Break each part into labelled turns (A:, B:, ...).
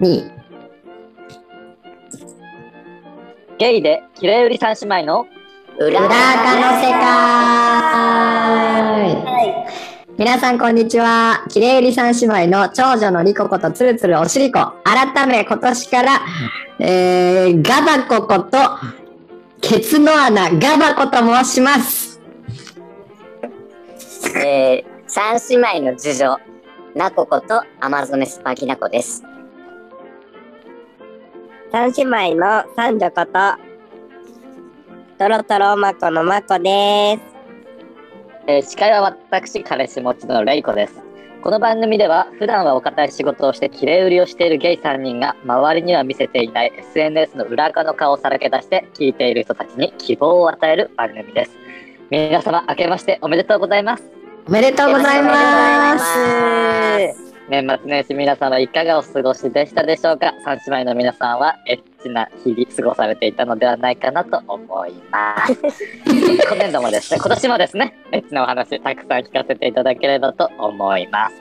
A: に
B: ゲイで綺麗売り三姉妹の
A: 裏垢の世界、皆さんこんにちはきれいり三姉妹の長女のりこことつるつるおしりこ改め今年から、えー、ガバコことケツの穴ガバコと申します
C: えー、三姉妹の次女ナコことアマゾネスパキナコです
D: 三姉妹の三女こと、トロトロマコのマコです。
B: えー司会は私、彼氏持ちのレイコです。この番組では、普段はお堅い仕事をして、綺麗売りをしているゲイ3人が、周りには見せていない SNS の裏側の顔をさらけ出して、聞いている人たちに希望を与える番組です。皆様、明けましておめでとうございます。
A: おめでとうございます
B: 年末年始、皆様、いかがお過ごしでしたでしょうか三姉妹の皆さんは、エッチな日々、過ごされていたのではないかなと思います。 今年度もですね、今年もですね、エッチなお話、たくさん聞かせていただければと思います。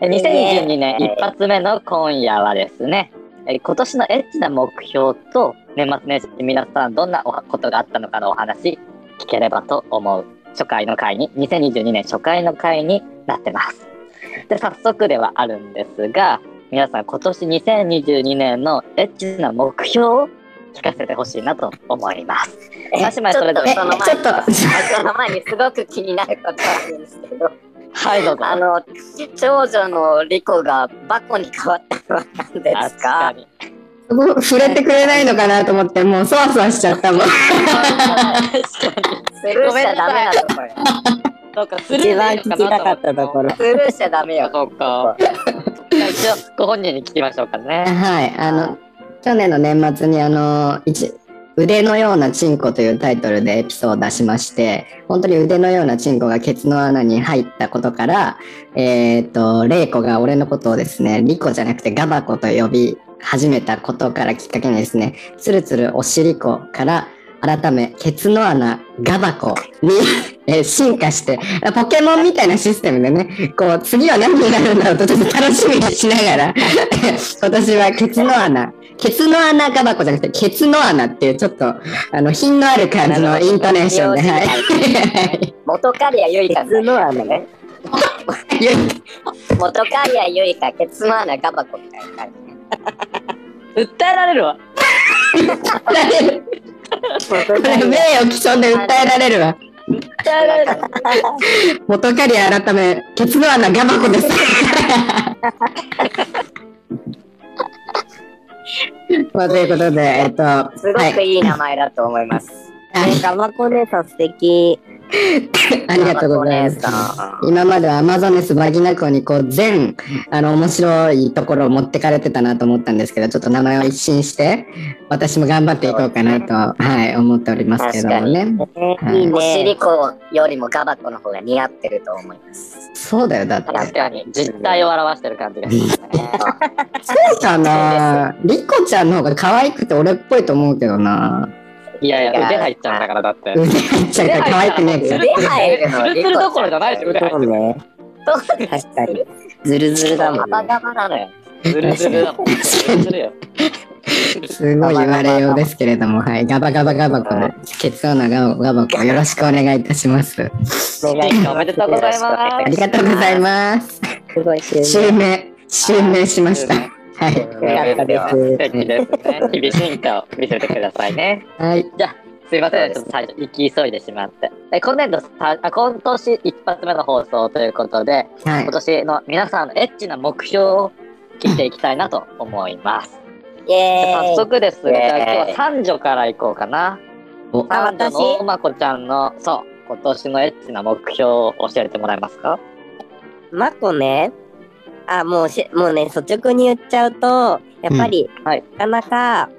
B: え2022年一発目の今夜はですね、え今年のエッチな目標と、年末年始、皆さん、どんなおことがあったのかのお話、聞ければと思う、初回の回に、2022年初回の回になってます。で早速ではあるんですが皆さん今年2022年のエッチな目標を聞かせてほしいなと思います。三姉妹それぞ
C: ち
B: れ
C: ょっとその前に
A: えちょっと
C: その前にすごく気になることあるんですけど
B: はいどうぞ。
C: あの長女のリコがバコに変わったのは何です
B: 確か
C: か
B: に。
A: 触れてくれないのかなと思ってもうそわそわしちゃったもん
C: スルーしちゃダメなのこれ
B: そうかスルー
D: 一
B: で
D: 番
B: いい
D: 聞き
B: の
D: た
B: な
D: かったところ。
C: スルーしちゃダメよ
B: そうか。じゃあ一応ご本人に聞きましょうかね。
A: はいあの去年の年末にあの一腕のようなチンコというタイトルでエピソードを出しまして本当に腕のようなチンコがケツの穴に入ったことからえっ、とレイコが俺のことをですねリコじゃなくてガバコと呼び始めたことからきっかけにですねつるつるおしりこから改めケツの穴ガバコに、えー進化してポケモンみたいなシステムでねこう次は何になるんだろうとちょっと楽しみにしながら今年はケツの穴ケツの穴ガバコじゃなくてケツの穴っていうちょっとあの品のある感じのイントネーションで
C: な
A: はい
C: るほ元カリアユイカ
D: 普通のはね、
C: 元カリアユイカケツの穴ガバコみたいな感じ
B: 訴えられるわ。
A: これ名誉毀損で訴えられるわ
B: 訴えられる。
A: 元カリア改めケツの穴ガバコですまあということでえっと
C: すご
A: は
C: くいい名前だと思います、
A: はい
D: ガバコネさ素敵。
A: ありがとうござい
C: ガバ
A: ま
C: コ姉さん
A: す。今まではアマゾネスバギナコにこう全あの面白いところを持ってかれてたなと思ったんですけど、ちょっと名前を一新して私も頑張っていこうかなと、はい思っておりますけどもね。
D: ね
A: はい
D: いい
C: お尻
D: ね。
C: 子よりもガバコの方が似合ってると思います。
A: そうだよだって。
B: 確かに実態を表してる感じがしますね。
A: そうかな。リコちゃんの方が可愛くて俺っぽいと思うけどな。
B: いやいや腕入っちゃうんだからだって。
A: 腕入っちゃうから可愛くねえじゃん。
C: 腕入るの
B: ツルツルどころじゃないでしょ腕入っ
D: そうね。確かに。ズルズルだもん、
C: ガバ
D: ね。
C: ガバなのよ。
B: ズルズルだもん。ズルズルよ。
A: すごい言われようですけれども、はい。ガバガバガバコの、ケツ穴ガバガバコよろしくお願いいたします。
D: お願いし
B: お
D: ま
B: めでとうございます
A: あ。りがとうございます。
D: す。すごい収
A: 襲
D: 入。
A: 名、襲名しました。はい。
D: よかったです。
B: 素敵ですね。日々進化を見せてくださいね。
A: はい。
B: すいません、ちょっと最初、行き急いでしまって。え今年度さあ、今年一発目の放送ということで、
A: はい
B: 今。年の皆さんのエッチな目標を聞いていきたいなと思います。
D: イエー
B: 早
D: イ。
B: 速ですが、
C: イエーイ
B: 今日は三女から行こうかな。
A: お
D: あ
B: 三女
D: 私
B: のまこちゃんの、そう、今年のエッチな目標を教えてもらえますか
D: マコね、あ、もうし、もうね、率直に言っちゃうと、やっぱり、
B: うんはい
D: なかなか、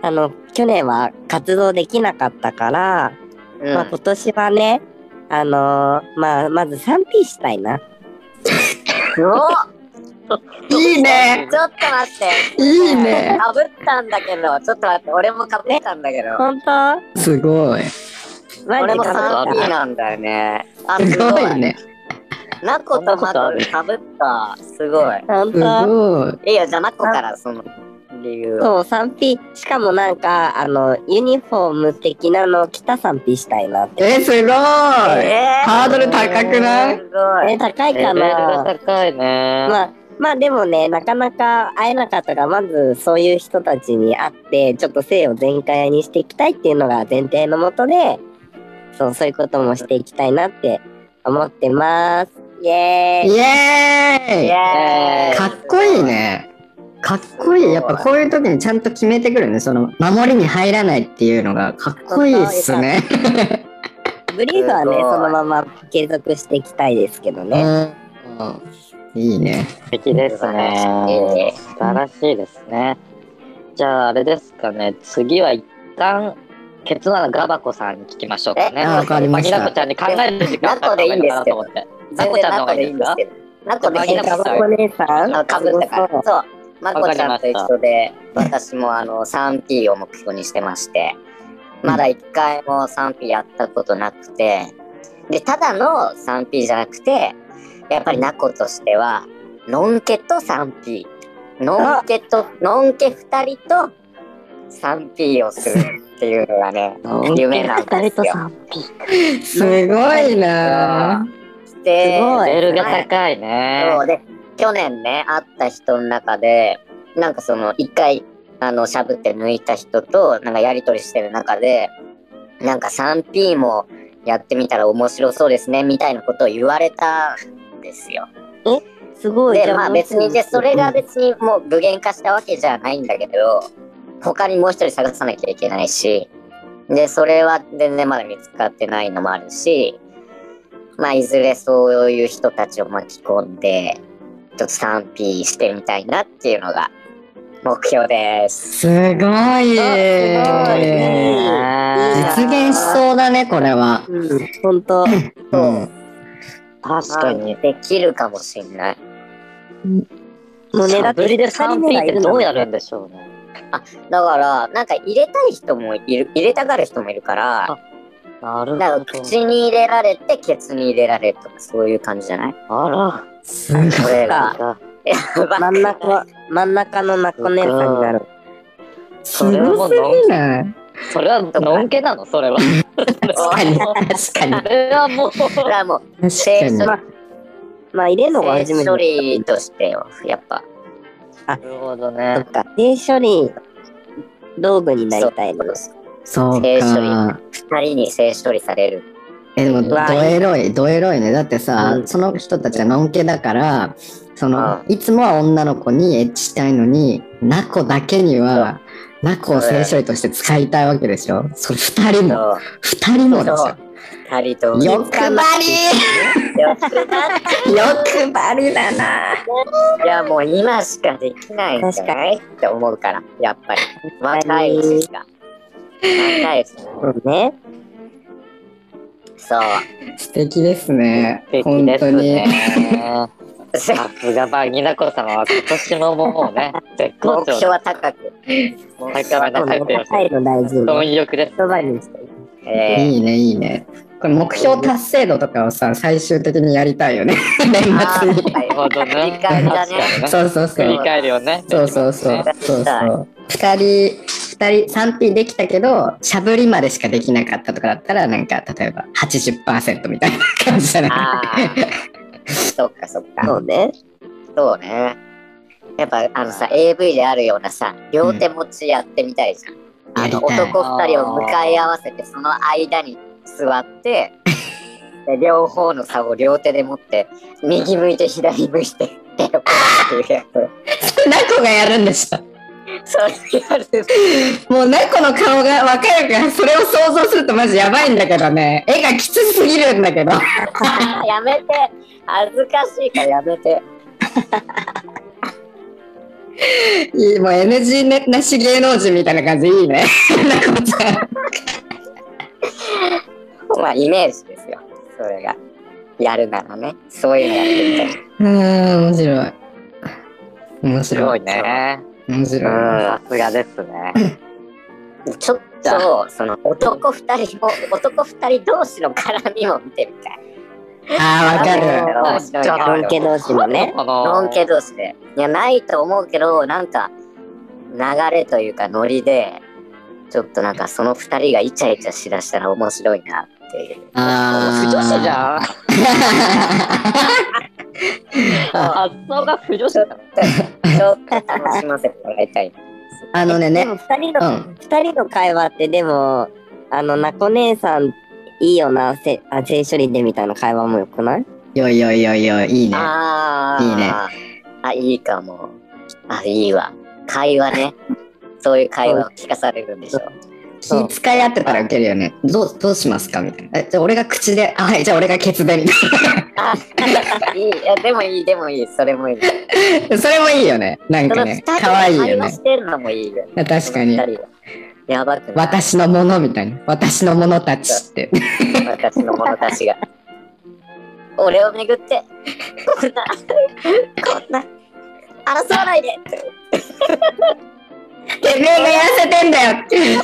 D: あの、去年は活動できなかったから、
C: うん
D: まあ今年はね、あのーまあ、まず 3P したいな。
C: お
A: いいね。
C: ちょっと待って。
A: いいね。
C: かぶったんだけど、ちょっと待って、俺もかぶったんだけど。
D: 本当
A: すごい。
D: マ
C: 俺
D: ジ
C: も
D: か
B: 三
D: ぶっ
C: 3P なんだよね。あ、
A: す
C: す
A: ご
C: ご
A: い
C: い。
A: ね。
C: ナコとマコかぶった。すごい。
D: た。本
A: す
D: 当
A: ごい。
C: いいよ、じゃあマコからその
B: 理由を。
D: そう、賛否。しかもなんか、あの、ユニフォーム的なのを着た賛否したいなって。
A: え、すごいハードル高くない
C: すごい。
D: え、高い
B: レベ
D: か
B: ルが
D: な
B: 高いね。
D: まあ、まあでもね、なかなか会えなかったが、まずそういう人たちに会って、ちょっと性を全開にしていきたいっていうのが前提のもとで、そう、そういうこともしていきたいなって思ってます。イエーイ
A: イエー
B: エー
A: イ
B: イ
A: かっこいいね。かっこいい。やっぱこういう時にちゃんと決めてくるね。その、守りに入らないっていうのがかっこいいっすね。
D: ブリーフはね、
C: すごい
D: そのまま継続していきたいですけど
A: う
D: ね。
A: んいいね。
B: 素敵ですね。素晴らしいですね。じゃあ、あれですかね。次は一旦、ケツならガバコさんに聞きましょうかね。
A: あわかりました
B: マギナコちゃんに考える時間があった方がいいのかなと思って。
C: 全然ナコでいいんですけど。ナコでいいん
B: え
C: で
B: ー
C: す
B: マギナ
D: ガ
B: コさ
D: バ
B: ん
D: コ姉さん
C: あかぶったから。そう。まこちゃんと一緒で、私もあの 3P を目標にしてまして、まだ一回も 3P やったことなくて、で、ただの 3P じゃなくて、やっぱりナコとしては、ノンケと 3P。ノンケと、ノンケ2人と 3P をするっていうのがね、夢なんですよ。
A: すごいな
C: で、
D: すごい
B: レベルが高いね
C: そ。うで去年ね会った人の中でなんかその一回あのしゃぶって抜いた人となんかやり取りしてる中でなんか 3P もやってみたら面白そうですねみたいなことを言われたんですよ。
D: すごい。
C: でまあ別にでそれが別にもう具現化したわけじゃないんだけど他にもう一人探さなきゃいけないしでそれは全然まだ見つかってないのもあるしまあいずれそういう人たちを巻き込んでちょっと賛否してみたいなっていうのが目標です。
A: すごい
D: あすごいね
A: 実現しそうだね、これは。
D: うん、本当。
C: そう
A: うん
B: 確かに
C: まあ。できるかもしんない。
D: もうね、だ
B: サブ
D: って
B: リで
D: 二人目
B: 3P
D: が
B: っ
D: い
B: て
D: る
B: ど
D: の
B: うやるんでしょうね。
C: だからなんか入れたい人もいる入れたがる人もいるから
B: なる
C: なん
B: ほ
C: か
B: ど。
C: 口に入れられてケツに入れられるとかそういう感じじゃない
B: あら。
A: すごい。
C: これ
D: あ
C: が。
D: 真ん中、真ん中のナコ姉さんになる。
A: すごすぎない
B: それは、のんけなのそれは。
A: 確かに、確かに。
B: それはもう、
C: それはもう
A: 確
C: うん
A: かに。
D: まあ、入れるのが初め
C: 性
D: て
C: 処。理としてよやっぱ
B: なるほど
D: そっ
B: ね。
D: か、性処理道具になりたいの。
A: そう
C: 性処理
A: か。
C: 2人に性処理される
A: えでも
D: う
A: ど
D: わ
A: エロいどエロいねだってさ、
D: うん
A: その人たちはのんけだからその
C: あ
A: いつもは女の子にエッチしたいのにナコだけにはナコを性処理として使いたいわけでしょそれ2人も
C: と
A: 2人もでし
C: そう
A: ょ
C: 2人とも
A: 欲張
C: りよくなっ
A: り欲張りだない
C: やもう今しかできないんじゃないって思うからやっぱり若いうちしか若いうちに
D: そうね。
C: そう
A: 素敵ですね
B: 素敵
A: 本
B: で
A: 当
B: す
A: に、
B: ね。さすがバギナコ様は今年ももうね、絶好
C: 目
B: 調
C: 標は高く
B: 目標は高く
D: 高いの大事ね。
B: 貪欲です。
D: 言葉にして。
C: えー
A: いいねいいねこれ目標達成度とかをさ最終的にやりたいよね
C: あ
A: 年末に
C: ー
B: なるほ
C: はい
B: どね。
C: 振り返り
B: 確か
C: だね
B: にね
A: そうそうそ
B: 振
A: う
B: り返るよね。
A: そうそうそう。そうそう。二人、二人、三品できたけど、しゃぶりまでしかできなかったとかだったら、なんか、例えば80%みたいな感じじゃない
C: あー そっかそっか
D: そうね。
C: そうね。やっぱあのさ AV であるようなさ両手持ちやってみたいじゃん。あ
A: や
C: の
A: りたい
C: 男2人を向かい合わせてその間に座ってで両方の差を両手で持って右向いて左向いて手をこうっていうや
A: ナコがやるんでしょ。
C: つ。そうやる。
A: もうナコの顔がわかるから、それを想像するとマジやばいんだけどね。絵がきつすぎるんだけど。
C: やめて恥ずかしいからやめて。
A: いいもう NG なし芸能人みたいな感じいいね。 ナコちゃん。
C: まあイメージですよ。それが。やるならね。そういうのやってみたい。
A: うーん、面白い。面
B: すご
A: 白い。
B: いね。
A: 面
B: うん、
A: 白い。
B: さすがですね。
C: ちょっとその男2人も男2人同士の絡みも見てみたい。
A: あー、わかる。
C: 面白いな
D: ロンケ同士のね。
B: この
C: ノンケ同士で。いやないと思うけどなんか流れというかノリで、ちょっとなんかその二人がイチャイチャしだしたら面白いなっていう。
A: あ
B: 不
A: ー
B: 女子じゃん発想が不女子
C: ち
B: だ
C: ょっと、ちょっと楽しませてもらいたい。
A: あのね
D: で
A: ね
D: も二人
A: う
D: の、
A: ん
D: 二人の会話ってでも、あの、なこ姉さん、いいよな、せあ税処理でみたいな会話もよくない
A: よいよいよいよいいいね
C: ああ、
A: いいね。
C: あ、いいかも。あ、いいわ。会話ね。そういう会話を聞かされるんでしょ。
A: 気使い合ってたらウケるよねどうどうしますかみたいなえじゃあ俺が口であはいじゃあ俺がケツでみた
C: あ、 いい。いや、でもいい、でもいい。それもいい。
A: いな それもいいよねなん
C: そ
A: か
C: の
A: ね
C: 二
A: 可愛い
C: 人が
A: よ
C: 会話
A: ね
C: してるのもいいよ
A: 確
C: ね。
A: かに
C: その二人がやばくない。
A: 私のものみたいな私のものたちって
C: 私の者たちが。俺をめぐって、こんな、 こんな、争わないでって
A: てめえがやらせてんだよてめえが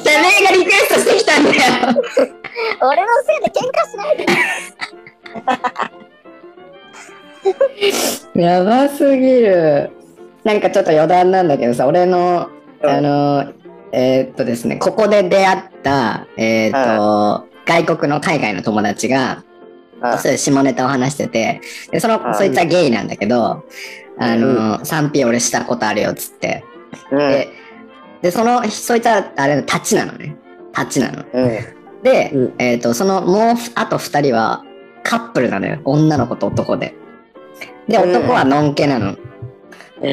A: リクエストしてきたんだよ
C: 俺のせいで喧嘩しないで
A: やばすぎるなんかちょっと余談なんだけどさ俺の
C: うん
A: あのえーっとですねここで出会ったえーっと、外国の海外の友達がそういう下ネタを話しててでその、
C: うん
A: そいつはゲイなんだけど、あの賛否俺したことあるよっつって、
C: うん
A: ででそのそいつはあれタッチなのねタッチなの
C: うん。
A: で、
D: うん
A: えっ、と、そのもうふ、あと二人はカップルなのよ。女の子と男で。で、
C: うん
A: 男はノンケなの。
D: うん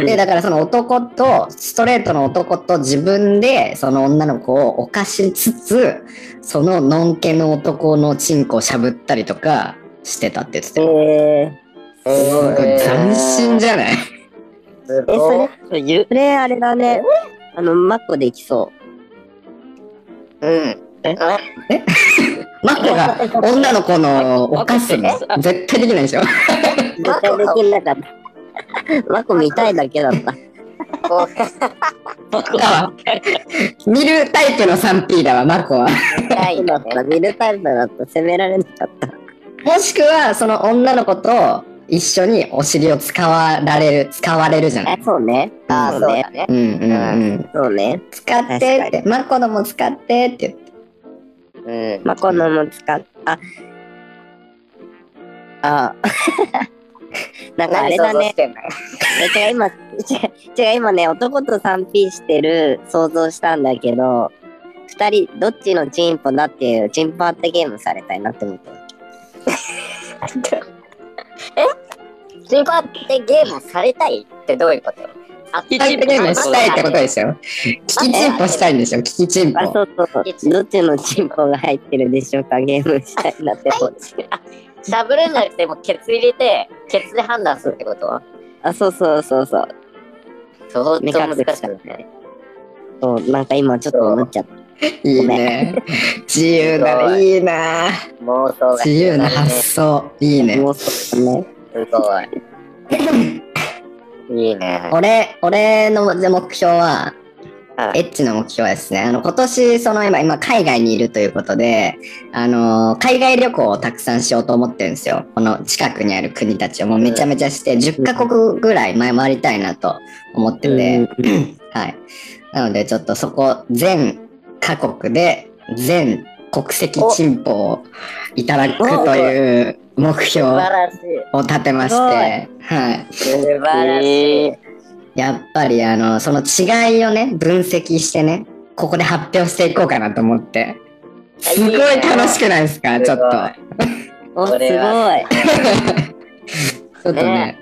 A: で、だからその男と、ストレートの男と自分で、その女の子を犯しつつ、そのノンケの男のチンコをしゃぶったりとかしてたって言ってたよ。
D: え
C: す
A: すごい斬新じゃ ない
C: す
D: え、そ
C: ご
D: れ、
C: い
B: ゆ
D: それあれだね。あの、マッコできそ
C: うん。
B: え
C: あ
A: マコが女の子の犯す の絶対できないでしょ
D: う。絶対できなかった。マッコ見たいだけだった。
C: こ
A: 見るタイプの 3P だわ、マコは。
C: う、ない
D: そう
C: よ
D: だった。
C: ね。
D: 見るタイプだった。責められなかった。
A: もしくは、その女の子と一緒にお尻を使われる、使われるじゃない。
D: あ、そうね。
C: ああ、そうだね。
A: うんうんうん。
D: そうね。
A: 使ってって、マコのも使ってって言って。
C: うん。
D: まあ、このも使っ、あ、あ、 なんかあ
C: 何
D: れ
C: 想
D: だ
C: 像
D: ね
C: し。てんのよ
D: 違う、今、違う、違う今ね、男と 3P してる想像したんだけど、二人、どっちのチンポだっていう、チンポあったゲームされたいなって思った。
C: チンパってゲームされたいってどういうことあ
B: キ
A: タイプゲームしたいってことでしょ。キキチンポしたいんでしょ、キキチン
D: あ、
A: ポ。
D: そうそうそう。どっちのチンポが入ってるでしょうか、ゲームしたいなって思った。
C: しゃぶるんじゃなくて、もうケツ入れて、ケツで判断するってこと
D: あ、そうそうそうそう。
C: 相当
D: 目
C: 難
D: 隠
C: し
D: し
C: い
D: だ
C: ね。
D: そうなんか今ちょっと思っちゃった。
A: いいね。自由だ
C: すご
A: ね。いいな。
C: 妄想が
A: 自由な
C: 広がる
A: 発想。いいね。
D: もうそうだね。
C: ね。すごい。いいね。
A: 俺、俺の目標は、
C: は
A: エ
C: い
A: ッチな目標はですね、あの、今年、その今、今、海外にいるということで、あの、海外旅行をたくさんしようと思ってるんですよ。この近くにある国たちをもうめちゃめちゃして、10カ国ぐらい前回りたいなと思ってて、 はい。なので、ちょっとそこ、全カ国で、全国籍チンポをいただくという目標
C: 素晴
A: を
C: らしい。
A: 立てまして、
D: すごい
A: はい。
C: 素晴らしい。
A: やっぱりあのその違いをね分析してねここで発表していこうかなと思ってすごい楽しくないですか
C: いいね
A: ちょっと
D: お、す
C: こ
D: ごい。
C: れは
A: ちょっとね
C: ね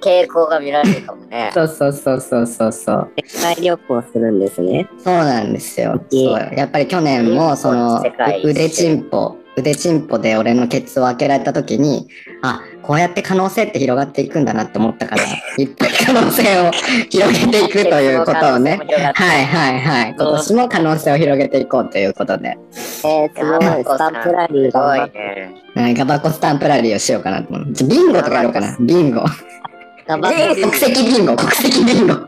C: 傾向が見られるかもね。
A: そうそうそうそうそうそう
D: 世界旅行するんですね。
A: そうなんですよ
D: いい
A: そうやっぱり去年もその
C: 世界一
A: 腕チンポ腕チンポで俺のケツを開けられた時にあこうやって可能性って広がっていくんだなって思った からいっぱい可能性を広げていくということをねはいはいはい今年も可能性を広げていこうということで
D: えー、すごい。スタンプラリー
C: すご
D: が
C: いね。
A: はい、ガバコスタンプラリーをしようかなと思う。ちょビンゴとかやろうかな。ビンゴ。
D: 頑張って。
A: 国籍ビンゴ、国籍ビンゴ。
B: あら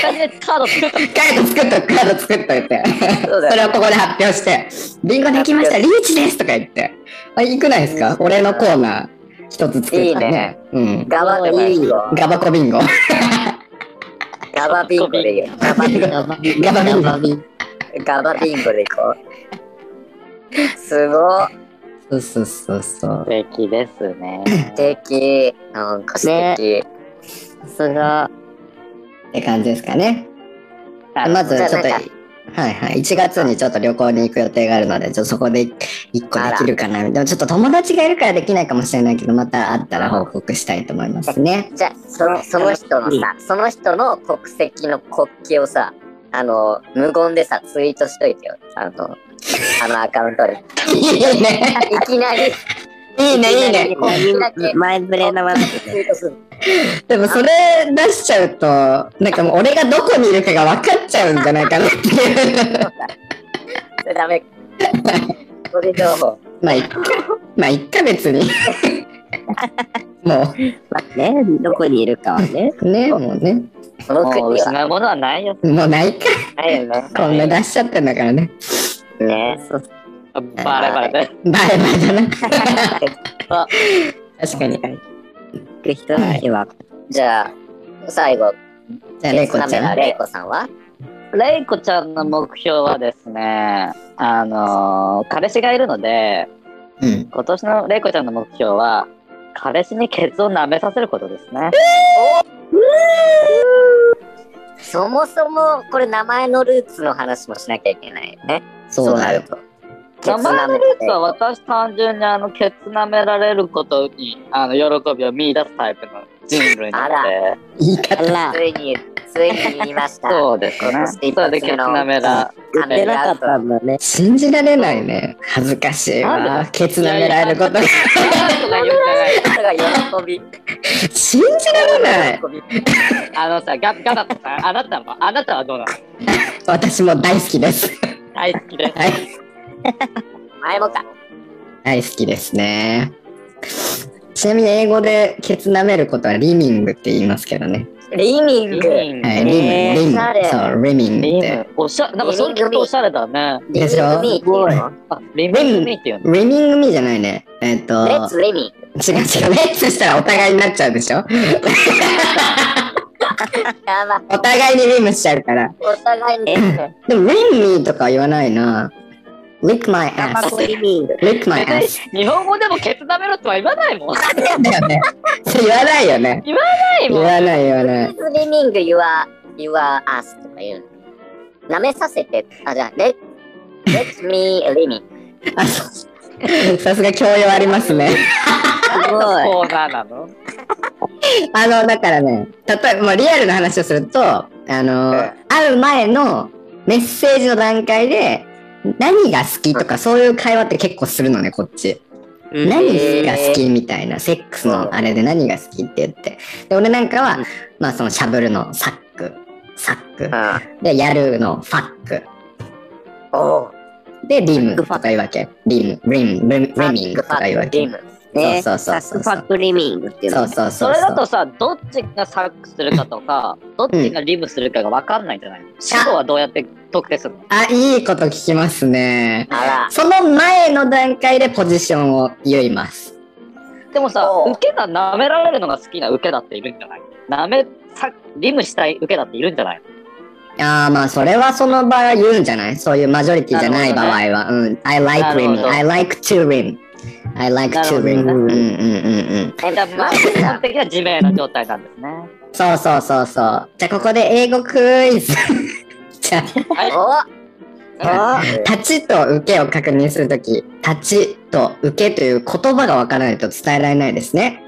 B: かじめカード作った
A: カード作っとく、カード作っといて。
C: そうだ
A: そ
C: ね
A: れをここで発表して、ビンゴできました、リーチですとか言って。あ、いくないですか俺のコーナー、一つ作ったらね。うん。
C: ガバコビンゴ。
A: ガバコビンゴ。
C: ガバビンゴでいいよ。ガバビン
A: ガバビンガバビン
C: ゴ。ガバビンゴでいこう。すごい。
A: そうそうそうそう。
B: 素敵です ね。
C: 素敵。なんか素敵。
D: さすが。
A: って感じですかね。
B: あ
A: まず
C: じゃあ
A: ちょっと、
C: なん
A: はいはい。1月にちょっと旅行に行く予定があるので、ちょっとそこで1個
C: あ
A: で
C: ら
A: きるかな。でもちょっと友達がいるからできないかもしれないけど、また会ったら報告したいと思いますね。
C: じゃあその、その人のさ、その人の国籍の国旗をさ、あの、無言でさ、ツイートしといてよ。あの、あのアカウントで。
A: いいね。
C: いきなり、
A: いいね、いいね。
D: 前触れのまま。
C: ツイートする。
A: でもそれ出しちゃうと、なんかもう俺がどこにいるかが分かっちゃうんじゃないかなって いう。
C: それダメ。個人情報。
A: まあ、いっか。まあ、いっか、別 に。も
D: まあね、どこにいるかはね。
A: う、ね、もうね。
C: この国
B: もう
C: は
B: 失うものはないよ。
A: もうないか。
C: ないよね。
A: こんな出しちゃってんだからね。
C: ね。
B: バレバ
A: バレバ
B: レで。
A: レだな。
B: あ
A: 確かに。
D: 行く人だけは。
C: じゃあ、最後、
A: じゃあ、レイコ
C: カ
A: ち
C: メ
A: ゃ
C: ラ
A: ん。
C: レイコさんは
B: レイコちゃんの目標はですね、あのー彼氏がいるので、
A: うん。
B: 今年のレイコちゃんの目標は、彼氏にケツを舐めさせることですね。
C: そもそも、これ名前のルーツの話もしなきゃいけないよね。
A: そうだよ。
C: と。
B: 名前のルーツは
C: は
B: 私単純にあのケツ舐められることにあの喜びを見出すタイプの人類な
C: あ
B: ので、
A: 言い方。
D: あら、
C: ついに、ついに言いました。
B: そうですね。それでケツ舐めら
D: 売ってなかったんだね。
A: 信じられないね。恥ずかしい
B: な
A: わ
B: ん。で
A: ケツ舐められることが。
C: 人が喜び。
A: 信じられない。
C: 喜び。
B: あのさ、ガガバッさん、あなたも、あなたはどうなの
A: 私も大好きです。
B: 大好きです。
A: はい。
C: 前もか。
A: 大好きですね。ちなみに英語でケツ舐めることはリミングって言いますけどね。
C: リミング。
B: リン
A: はい、リ
D: ね
A: ミング、リミン
C: おしゃれ
A: グ。そう、リミング
B: リ
A: って
B: ム。。おしゃなんかそれ聞くとおしゃれだね。
C: リミングミーっていうの
B: あ、リムリミっていうの。
A: リミングミじゃないね。えっ、
C: レッツ
A: と、
C: リミング。
A: 違う違う。レッツしたらお互いになっちゃうでしょ
C: やば。
A: お互いにリムしちゃうから。
C: お互いに。
A: でも、リンミーとかは言わないな。lick my
D: タバ
A: ass.
D: コリミング。
A: lick my ass.
B: 日本語でもケツ舐めろとは言わないもん。
A: だよね。 それ言わないよね。
B: ない
A: 言
B: もん。
A: わない言わない。
C: レッツリミング、you are, you are us とか言うの。舐めさせて。あ、じゃあ、レッ、レッツミーリミング。
A: あそうさすが教養ありますね。
D: すごい。
B: コーナーなの
A: あの、だからね、例えば、まあ、リアルな話をすると、あの、
B: え
A: 会う前のメッセージの段階で、何が好きとか、そういう会話って結構するのね、こっち。何が好きみたいな、セックスのあれで何が好きって言って。で、俺なんかは、まあ、そのしゃぶるのサック、サック。で、やるのファック。
C: おお。
A: で、リムとか言うわけ。リム、リム、リム、リミングとか言うわけ。
C: リム。
D: ね、
A: そうそうそうそう
D: サックファックリミングっていう
A: そ
D: の
A: うそうそう
B: それだとさ、どっちがサックするかとか、どっちがリブするかが分かんないんじゃないの死後はどうやって特定するの
A: あ、いいこと聞きますね。
C: あら。
A: その前の段階でポジションを言います。
B: でもさ、
C: おう
B: 受けが舐められるのが好きな受けだっているんじゃない舐め、さリムしたい受けだっているんじゃない
A: ああ、まあ、それはその場合は言うんじゃないそういうマジョリティじゃない場合は。うん。I like
B: なるほ
A: rim.
B: ど
A: I like to rim. I like
B: なる
A: to
B: ほどね
A: rim. うんうんうんうん。
C: え、
B: じゃあ、まあ、基本的には自明な状態なんですね。
A: そうそうそうそう。じゃあ、ここで英語クイズ。 じゃ
C: お
A: あ、立ちと受けを確認するとき、立ちと受けという言葉がわからないと伝えられないですね。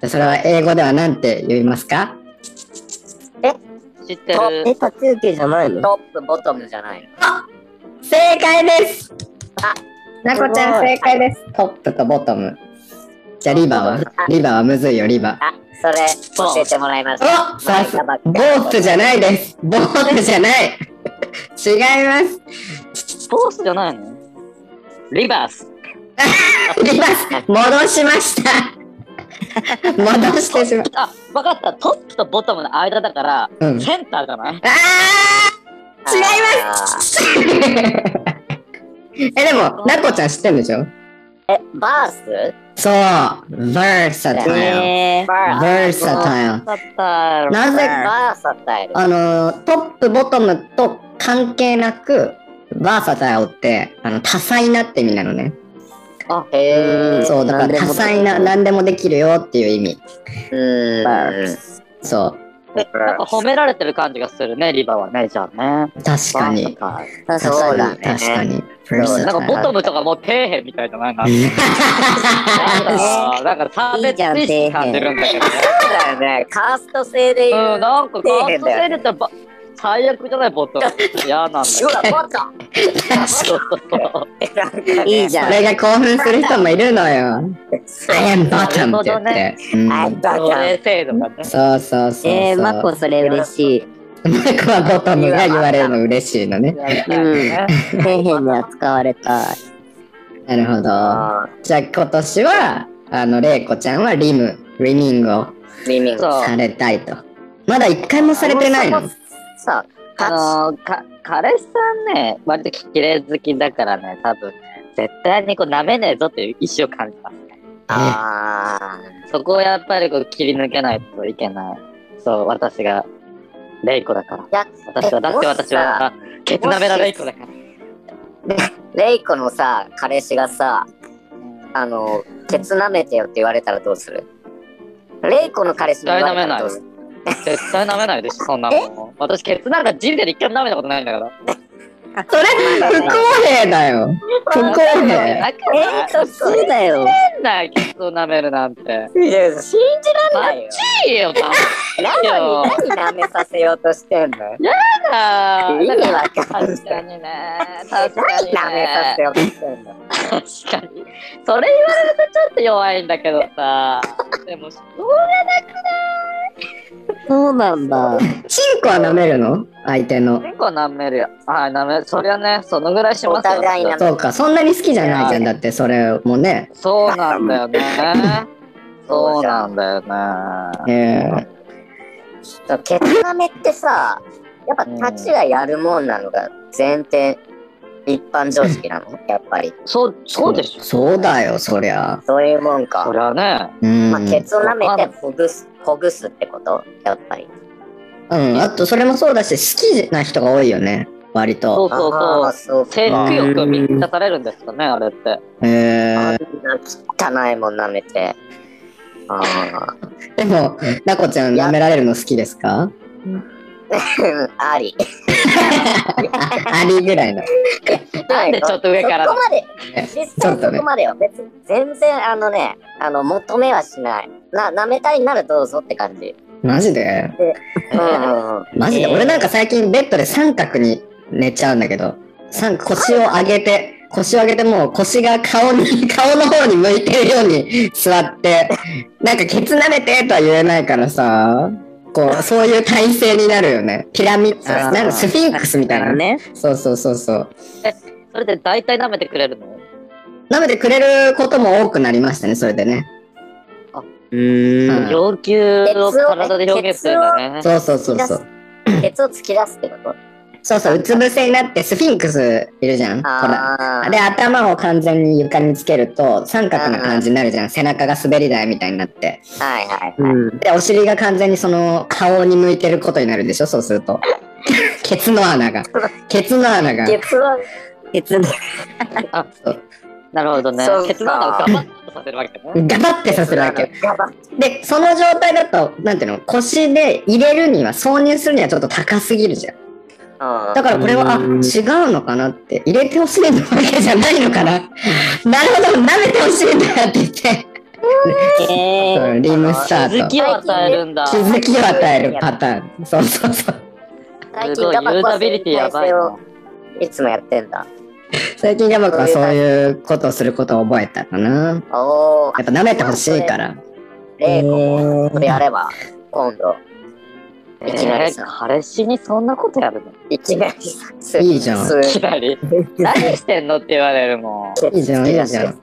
A: じゃあそれは英語では何て言いますか
B: 知ってる
D: え、。立ち受けじゃないの
C: トップ、ボトムじゃないの。
A: 正解です
C: あ
A: なこちゃん
D: すごい
A: 正解ですトップとボトムじゃあリバーは
C: あ
A: リバーはむずいよリバ
C: あ、それ、教えてもらいました。
A: ーおさすボースじゃないですボースじゃない違います
B: ボースじゃないのリバース。
A: リバース戻しました戻してしまう
B: あ、わかった。トップとボトムの間だから、
A: うん
B: センターじゃない
A: あー違います
C: ます。
A: えでもなこちゃん知ってんでしょ
C: え、バース
A: そう、versatile。
D: ね
C: バース。
A: versatile。
C: バースタイル。
A: なぜ
C: バーサタイル。
A: あのー、トップ、ボトムと関係なく、バーサタイルって、あの、多彩なって意味なのね。
C: あ、へえ。
A: そう、だから多彩な、何でもできるよっていう意味。
C: うん。
D: バー
A: そ
B: えなんか褒められてる感じがするね、リバはね、じゃあね。
A: う、確かに。
B: バーサタ
A: 確か
B: イル
C: 確そうだ
A: に、
C: ね。
A: 確かに。
C: そう
B: なんか
A: versatile
B: ボトムとかもう底辺みたいじゃないなんか なんか差別意識感じるんだけどね。
C: そうだよね。カースト制で言
B: う、。
C: うん
B: なんかカ
C: 底
B: ー
C: 辺
B: スト
C: だよ
B: 制度ってば最悪じゃない、ボ トム。嫌なんだけ
C: そうだ、バカ
B: ど。
D: いいじ
A: そ
D: ゃん。
A: れが興奮する人もいるのよ。I am bottom って言って。
C: あ、
A: うん
C: バ
B: 奴
C: カ
B: 隷制度がね。
A: そうそうそうそう。
D: えー、マ
A: マコ
D: コそれ嬉しい。
A: はボトムが言われるの嬉しいのね。
D: うん。底辺に扱われたい。
A: なるほど。
C: あ
A: じゃあ今年は、あの、レイコちゃんはリム、リミングを
C: ーリミング。
B: そう。
A: されたいと。まだ一回もされてないの
C: そもそもさ、
B: あのーか彼氏さんね、割と綺麗好きだからね、多分ね、絶対にこう舐めねえぞという意志を感じますね。
C: あ
B: そこをやっぱりこう切り抜けないといけない。そう、私が、レイコだから。
C: いや
B: 私は、
C: え
B: だって私は、あケツ舐めらレイコだから。
C: ーレイコのさ、彼氏がさ、あの、ケツ舐めてよって言われたらどうするレイコの彼氏に言われたらどうする
B: 絶対舐めないでしょ、そんなもん。私、ケツなんか人生で一回も舐めたことないんだから。
A: それ、不公平だよ。不公平。
B: だか
D: え
B: ら、
D: ー、そそうだよ。
B: 変だよ、ケツを舐めるなんて。
C: 信じらん
B: バ
C: ない
B: ッ
C: よ。
B: チリよ、バッ
C: なのに何舐めさせようとしてんの
B: カ
C: 意味わかん
B: 確
C: な
B: か
C: い。
B: にね。
C: 何
B: 確かに、ね。
C: 舐めさせようとしてんの
B: 確かに。それ言われるとちょっと弱いんだけどさ。でも、しょう
D: そうなんだ。
A: チンコは舐めるの相手の
B: が。ない子は舐めるよ。はい、舐める。そりゃね、そのぐらいしますよ。
C: お互い舐める
A: そうか、そんなに好きじゃないじゃん。だって、それもね。
B: そうなんだよね。そうなんだよね。
A: えー
C: ケツ舐めってさ、やっぱ立ちがやるもんなのが前提、一般常識なのやっぱり。
B: そう、そうでしょ。
A: そうだよ、そりゃ。
C: そういうもんか
B: そ。りゃね。
A: うん。
C: まあ、ケツを舐めてほぐす、ほぐすってことやっぱり。
A: うん、あとそれもそうだし、好きな人が多いよね、割
B: そう
A: と。
B: そう
C: あ
B: そ
C: ー
B: う。
C: そう
B: 制服欲を満たされるんですかね、あれって。
A: え
C: あんな汚いもん舐めて。ああ。
A: ー、でも、なこちゃん、舐められるの好きですか
C: あり。
A: ありぐらいの。
B: なんでちょっと上から
C: そこまで、
A: ね
C: 実際そこまでよ。別に、全然あのね、あの、求めはしない。な、舐めたいならどうぞって感じ。
A: マジで
C: うんう んうん。
A: マジで、
C: えー
A: 俺なんか最近ベッドで三角に寝ちゃうんだけど、三腰を上げて、腰を上げてもう腰が顔に、 顔の方に向いてるように座って、なんかケツ舐めてとは言えないからさ、こう、そういう体勢になるよね。ピラミッド、
D: あー
A: なんかスフィンクスみたいな。
D: ね。
A: そうそうそうそう。
B: それで大体舐めてくれるの
A: 舐めてくれることも多くなりましたね、それでね。
D: う
A: ーん
D: ん。
B: 要求を体で表現するんだね。
A: そうそうそうそう。
C: ケツを突き出すってこと
A: そうそう、うつ伏せになってスフィンクスいるじゃん。ほら。
C: ああ
A: で、頭を完全に床につけると三角な感じになるじゃん。背中が滑り台みたいになって。
C: はいはいはい。
D: うん。
A: で、お尻が完全にその顔に向いてることになるでしょ、そうすると。 ケツの穴が。ケツの穴が。
C: ケツは、
D: 別に。
B: あ、なるほどね
C: そう。か
B: ケツの穴をガバッとさせるわけね。
A: ガバってさせるわけ。
C: ガバッ
A: で、その状態だと、なんていうの、腰で入れるには、挿入するにはちょっと高すぎるじゃん。
C: うん
A: だからこれは、あ、
D: う
A: 違う
D: ん
A: のかなって、入れてほしいわけじゃないのかな。 なるほど、舐めてほしいんだって言って、
D: え
A: そ
D: ー、
A: うリムスタ
B: 気
A: ー
B: づ
A: ト。
B: きを与えるんだ。
A: 気づきを与えるパターン。そうそうそう。
C: 最
B: すご
C: 近
B: い
C: ガバ
B: ユー
C: ッ
B: ザ
C: と
B: ビリティやばいな。
C: いつもやってんだ。
A: 最近ヤマコはそういうことをすることを覚えたかな。
C: おお、
A: やっぱ舐めてほしいから。
C: レイコ
D: え
C: も
D: ー
C: それやれば、今度、いきなり
B: えー
C: さ、
B: 彼氏にそんなことやるのい
C: いきなりさ、す
A: いいじゃん
C: す
B: きな り。何してんのって言われるもん。
A: いいじゃん、いいじゃん。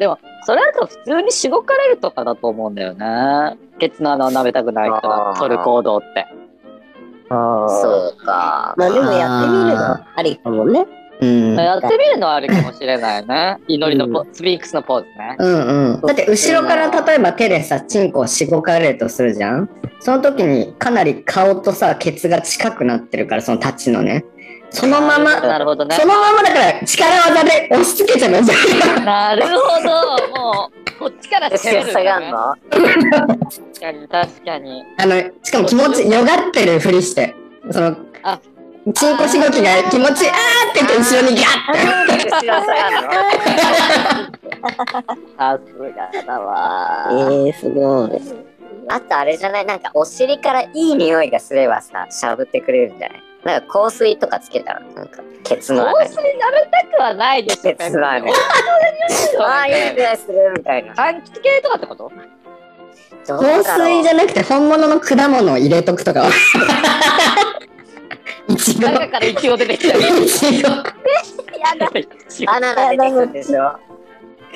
B: でも、それだと普通にしごかれるとかだと思うんだよね。ケツの穴を舐めたくない人が取る行動って。
D: そう。
C: そうか。
D: まあでもやってみるのありかもね。
A: うん。
B: やってみるのはありかもしれないね。祈りのポ、スフィンクスのポーズね。
A: うんうん、だって後ろから例えば手でさチンコをしごかれるとするじゃんその時にかなり顔とさケツが近くなってるからそのタッチのねそのまま
B: なるほどね
A: そ。のままだから力技で押し付けちゃうんじゃん
B: なるほど。もう、こっちから攻
C: 後
B: め
C: ろ
B: る、ね。
C: 下がんの
B: 確かに、確かに。
A: あのしかも気持ちよがってるふりしてその
B: あ
A: チンコしごきが気持ちいいあーって言って後ろにガッて
C: 後ろ下がんの
B: さすがだわ。
D: えー、すごい。
C: あとあれじゃないなんかお尻からいい匂いがすればさしゃぶってくれるんじゃないなんか香水とかつけたらなんかケツの
B: 帽
C: 穴
B: 子になりたくはないでしょ。
C: ケツの穴にああいい匂いするみたいな
B: 柑橘系とかってこと
A: 香水じゃなくて本物の果物を入れとくと かいちご
B: 中からイチゴ出てきたり。
A: いちご
B: やだ。イチゴ
C: バナナ出てくるんでしょ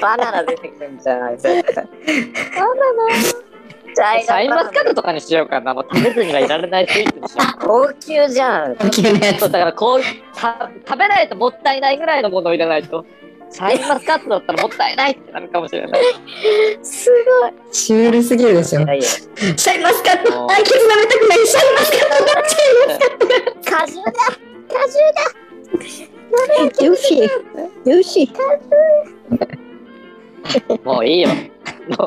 C: バナナ出てくるんじゃない絶対バナナ
B: シャインマスカットとかにしようかな。もう食べずにはいられないスイーツにしよう。
C: 高級じゃん
A: 高級なや
B: そう
A: つ
B: だからこうた食べないともったいないぐらいのものを入れないと。シャインマスカットだったらもったいないってなるかもしれない。
C: すごい
A: シュールすぎるでしょ
C: いやいや
A: シャインマスカット
B: もう
A: あ、ケツ舐めたくないシャインマスカットだっちゃ
C: 果汁だ
D: よし、よし。
B: もういいよ。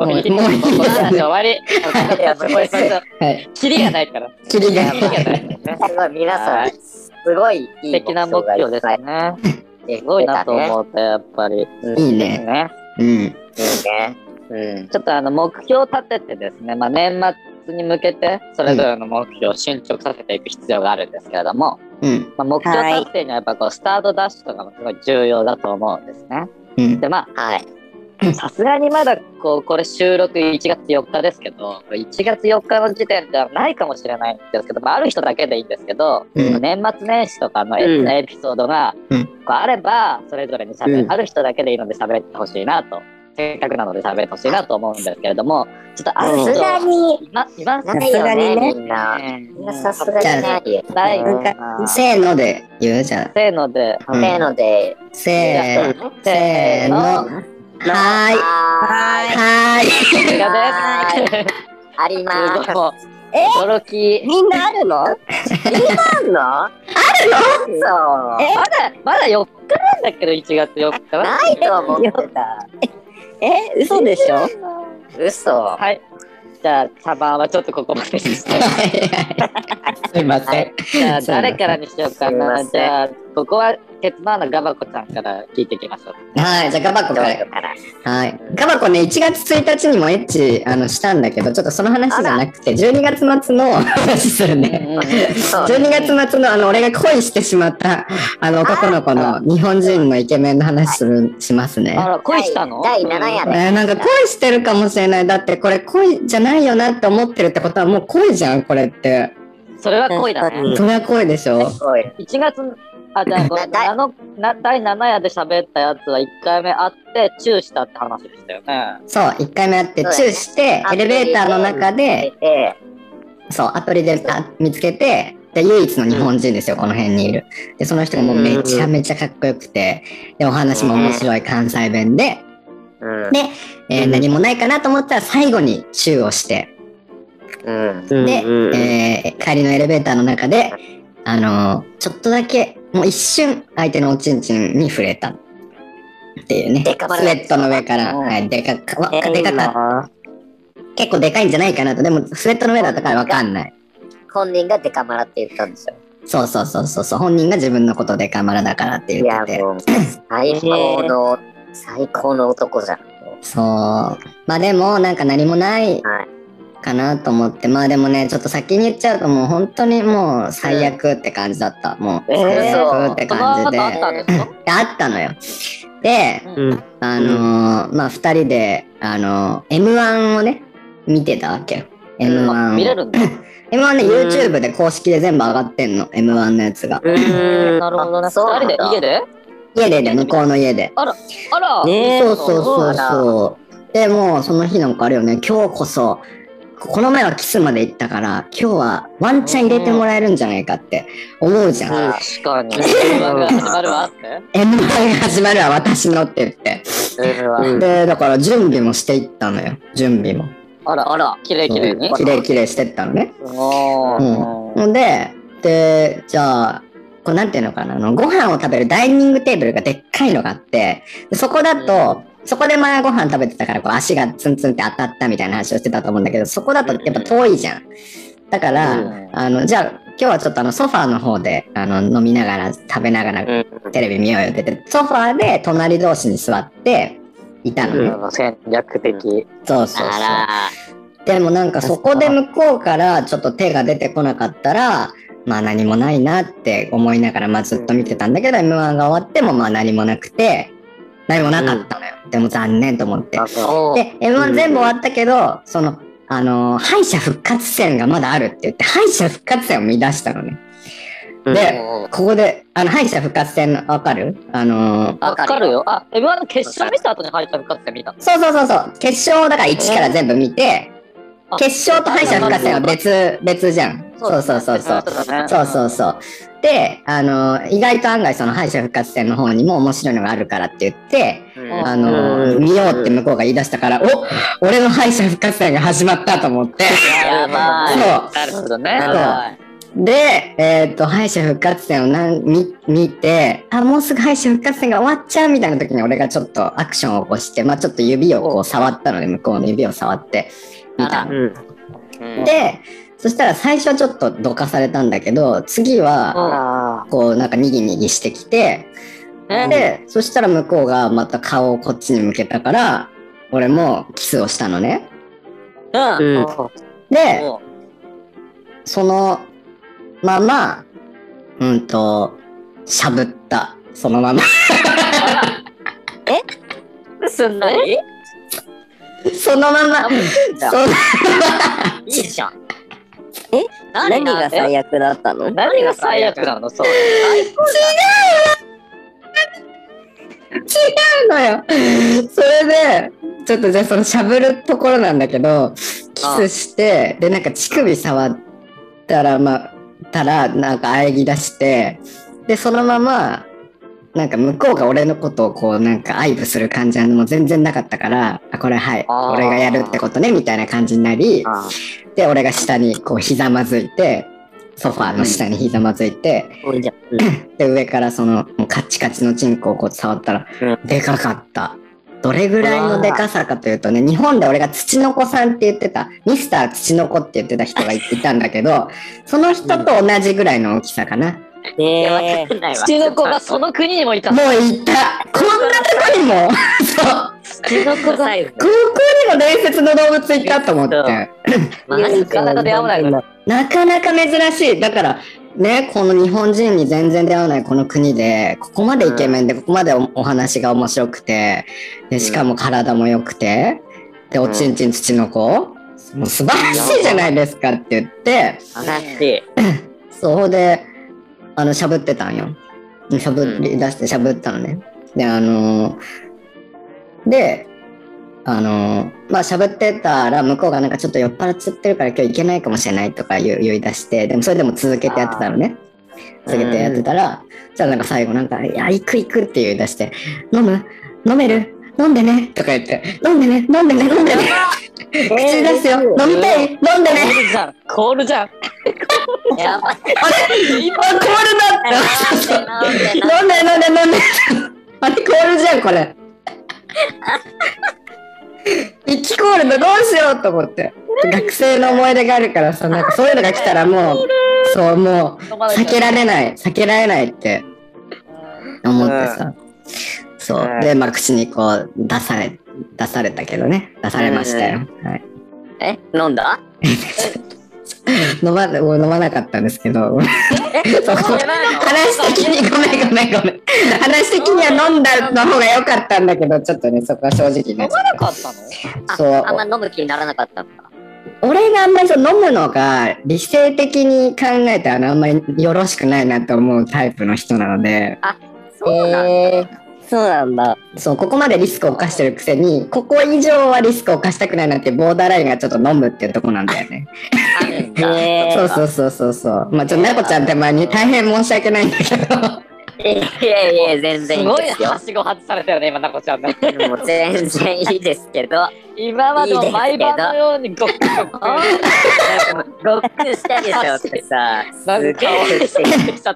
B: もういい。
A: もういい
B: この話終わり。
C: いやもういいです
A: うはい、
B: キリがないから。
A: キリが
B: キリがないね。
C: すごい皆さ
B: は
C: ん
B: い
C: すごいい
B: 素
C: い
B: 敵な目標ですね。
C: です
B: ごいなと思った、やっぱり。
A: いいね。
B: ね。
A: うん。
C: いいねうん
B: ちょっとあの目標を立ててですね、まあ、年末に向けてそれぞれの目標を進捗させていく必要があるんですけれども、
A: うん。
B: まあ、目標達成にはやっぱこうスタートダッシュとかもすごい重要だと思うんですね。
A: うん。
B: でま
C: はい
B: あさすがにまだこうこれ収録1月4日ですけどこれ1月4日の時点ではないかもしれないんですけど、まあ、ある人だけでいいんですけど、
A: うん
B: 年末年始とかのエ,、
D: うん
B: エピソードが
A: うん
B: こうあればそれぞれに喋る、
A: うん
B: ある人だけでいいので喋ってほしいなとせっかくなので喋ってほしいなと思うんですけれどもちょっとある
C: さ
B: 人
C: すがに
B: いまいます
C: な
D: さ
C: い
D: す
C: よ
D: がに
C: ね
D: ね
C: みんな
B: ね
C: さすがにないよ。
B: ない
C: うん
D: な
A: せーので言うじゃん。
B: せーので
A: うん
C: せーので。
A: せーの。せーの。はーい。
C: は
A: はー
B: こちら
C: は
B: です
C: ーい。あります
B: ご
C: す。
B: いも
D: え
B: う驚き
D: みんなあるの
C: あるのあるのそう。
D: え
B: まだまだ4日なんだけど1月4日は
C: ないと思ってた。
D: え、嘘でしょ
C: 嘘。
B: はいじゃあ茶番はちょっとここまでにして
A: い。すいません。
B: じゃあ誰からにしようか
C: すいま
B: な
C: せ
B: んじゃあここはケツマーのガバコさんから聞いていきましょう
A: はい。じゃあ、ガバコ
C: どう
A: か
C: い
A: ら
C: う。から。
A: はい。ガバコね、1月1日にもエッチ、あの、したんだけど、ちょっとその話じゃなくて、12月末の話するね。
C: そう
A: 12月末のあの俺が恋してしまったあの男の子の日本人のイケメンの話するしますね。
B: あら恋したの
C: 第第七夜
A: えーなんか恋してるかもしれない。だってこれ恋じゃないよなって思ってるってことはもう恋じゃん、これって。
B: それは恋だ
D: 確かに
B: ね
A: それは恋でしょ。
C: すごい。
B: 1月あじゃあごめん
C: だ
B: あのな第7夜で喋ったやつは1回目会ってチューしたって話でしたよね
A: そう、一回目会って
C: そうだ
A: チ
C: ね
A: ューして、エレベーターの中で、
C: で、
A: そう、アプリであ見つけて、で、唯一の日本人ですよ、この辺にいる。で、その人がもうめちゃめちゃかっこよくて、で、お話も面白い関西弁で、
C: うん
A: で、えー
D: うん
A: 何もないかなと思ったら最後にチューをして、
C: うん。
A: で、えー帰りのエレベーターの中で、あのーちょっとだけ、もう一瞬、相手のおちんちんに触れた。っていうね。スウ
C: でかばらだ
A: ェットの上から、
B: うん
A: はい、でかかわ
D: えー
A: でかかっ
D: な
A: 結構でかいんじゃないかなと。でも、スウェットの上だったからわかんない。
C: 本人がデカマラって言ったんですよ。
A: そうそうそうそうそう。本人が自分のことでかまらだからって
C: い
A: 言
C: や、
A: ってて。
C: もう、最高の、最高の男じゃん。も
A: そう。まあでも、なんか何もないう
C: はい。
A: かなと思って。まあでもね、ちょっと先に言っちゃうともう本当にもう最悪って感じだった。もう
B: えー
A: 最悪って
B: その
A: 感じで。
B: 後あったんですか
A: あったのよ。で、
D: うん。
A: あのーまあ、二人で、あのー M1 をね、見てたわけよ。M1 を。
B: あ見れるんだ
A: M1 ね、
D: うん
A: YouTube で公式で全部上がってんの。M1 のやつが。
D: うん。
B: なるほどね
C: あそうな
B: 2
C: ん
B: 人
C: だ
B: で家で
A: 家でね、向こうの家で。
B: あら
D: ねえ
A: そうそうそう
C: あら
A: そう。でもう、その日なんかあれよね、今日こそ、この前はキスまで行ったから、今日はワンチャン入れてもらえるんじゃないかって思うじゃん。
B: 確かに。M1 が始まるわって
A: M1 が始まるは私のって言って。
B: M1 は。
D: うん
A: で、だから準備もしていったのよ。準備も。
B: あらあら、綺麗綺麗に。
A: 綺麗綺麗してったのね。
B: すごーい。
A: ほんで、で、じゃあ、こうなんていうのかな、あの、ご飯を食べるダイニングテーブルがでっかいのがあって、でそこだと、そこで前ご飯食べてたから、こう足がツンツンって当たったみたいな話をしてたと思うんだけど、そこだとやっぱ遠いじゃん。だから、
B: うん
A: あの、じゃあ、今日はちょっとあの、ソファーの方で、あの、飲みながら、食べながら、テレビ見ようよって言って、ソファーで隣同士に座って、いたのね、
B: うん戦略的。
A: そうそうそう。
C: あ
A: でもなんかそこで向こうからちょっと手が出てこなかったら、まあ何もないなって思いながらまあずっと見てたんだけど、M1 が終わってもまあ何もなくて、何もなかったのよ。でも残念と思って。
C: ら、そう。
A: で、M1 全部終わったけど、その、あのー敗者復活戦がまだあるって言って、敗者復活戦を見出したのね。で、ここで、あの、敗者復活戦の、わかるあのー
B: わかるよ。あ、M1 の決勝見た後に敗者復活戦見た。
A: そうそうそうそう、決勝だから1から全部見て、
B: あ
A: 決勝と敗者復活戦は別、別じゃん。そうそうそうそう。そうそうそう。で、あの、意外と案外その敗者復活戦の方にも面白いのがあるからって言って、
C: うん
A: あの、
D: うん
A: 見ようって向こうが言い出したから、お俺の敗者復活戦が始まったと思って。
B: やばい。
A: そ
B: なるほどね。
A: で、えっ、と、敗者復活戦をなん見見て、あ、もうすぐ敗者復活戦が終わっちゃうみたいな時に俺がちょっとアクションを起こして、まあちょっと指をこう触ったので、向こうの指を触って、見たの。
D: うん。
C: うん
A: で、そしたら最初はちょっとどかされたんだけど、次は、
C: あ
A: こうなんかにぎにぎしてきて、
B: うん
A: で、そしたら向こうがまた顔をこっちに向けたから、俺もキスをしたのね。
B: うん。
D: うん。
A: で、そのまま、うんと、しゃぶった。そのまま。
B: すんなり
A: そのまま、その
B: いいじゃん。
D: 何が最悪だったの
B: 何が最悪なのそう。
A: のよ。それで、ちょっとじゃあそのしゃぶるところなんだけど、キスして、で、なんか乳首触ったら、まあ、たら、なんか喘ぎ出して、で、そのまま、なんか向こうが俺のことをこうなんか愛撫する感じはもう全然なかったから、あ、これはい、
C: あー
A: 俺がやるってことね、みたいな感じになり
C: ー、あ
A: で、俺が下にこうひざまずいて、ソファーの下にひざまずいて、
D: 多いじゃん。
A: で上からそのもうカチカチのチンコをこう触ったら、
C: う
A: でかかったどれぐらいのでかさかというとね日本で俺が土の子さんって言ってたミスター土の子って言ってた人がいいたんだけどその人と同じぐらいの大きさかな、
D: ねえ。
B: 土の子がその国にもいた。
A: もういたこんなとこにも そう
B: 土の子がいる。
A: ここにも伝説の動物いたと思っ
B: いた
A: て
B: なかなか出会わないの。
A: なかなか珍しいだからねこの日本人に全然出会わないこの国でここまでイケメンでここまでおお話が面白くてでしかも体も良くてでおちんちん土の子もう素晴らしいじゃないですかって言って
C: 悲しい。
A: そこであのしゃぶってたんよしゃぶり出してしゃぶったのねであのーであのーまあしゃぶってたら向こうがなんかちょっと酔っ払っちゃってるから今日行けないかもしれないとか言う言い出してでもそれでも続けてやってたのね続けてやってたらじゃあなんか最後なんか「いや行く行く」って言い出して「飲む飲める飲んでね」とか言って「飲んでね飲んでね飲んでね 口に出すよ飲みたい飲んで
B: コ
A: ね
B: ールじゃん。コールじゃん。
C: やば
A: あ
C: い。
A: コールだって」
C: なんでな
A: 飲んで飲んで飲んで。あれコールじゃんこれ。一気コールだどうしようと思って。学生の思い出があるからさ、なんかそういうのが来た らもう、そうも
B: 飲
A: う
B: まなきゃ
A: 避けられない、避けられないって思ってさ。そう。で、まあ口にこう出され、出されたけどね。出されましたよ。はい。
C: え飲んだ
A: 飲ま、俺飲まなかったんですけど。 そう
B: 飲んでないの
A: 話的にごめんごめんごめん。話的には飲んだの方が良かったんだけど、ちょっとね、そこは正直ね
B: 飲。まなかったの
A: そう
C: あ。んま飲む気にならなかったんだ。
A: 俺があんまりそう飲むのが理性的に考えたらあんまりよろしくないなと思うタイプの人なので、
C: そうなんだ。
D: そうなんだ。
A: そう、ここまでリスクを犯してるくせに、ここ以上はリスクを犯したくないなっていうボーダーラインがちょっと飲むっていうとこなんだよね。
B: あるんだ。
D: へ
A: そう
D: ー
A: そうそうそうそう。まあ、ちょっと、猫ちゃん手前に大変申し訳ないんだ けど。
C: いやいや、全
B: す
C: 然いい
B: ごい
C: ですよ
B: は。しご外されたよね、今、なこちゃんね。
C: もう全然いいです けど、
B: 今までも毎晩のようにごっくごっく
C: ロックしたでしょってさ、す
B: なん
C: げえ
B: か顔
C: 降ってき
B: しちゃった。
C: た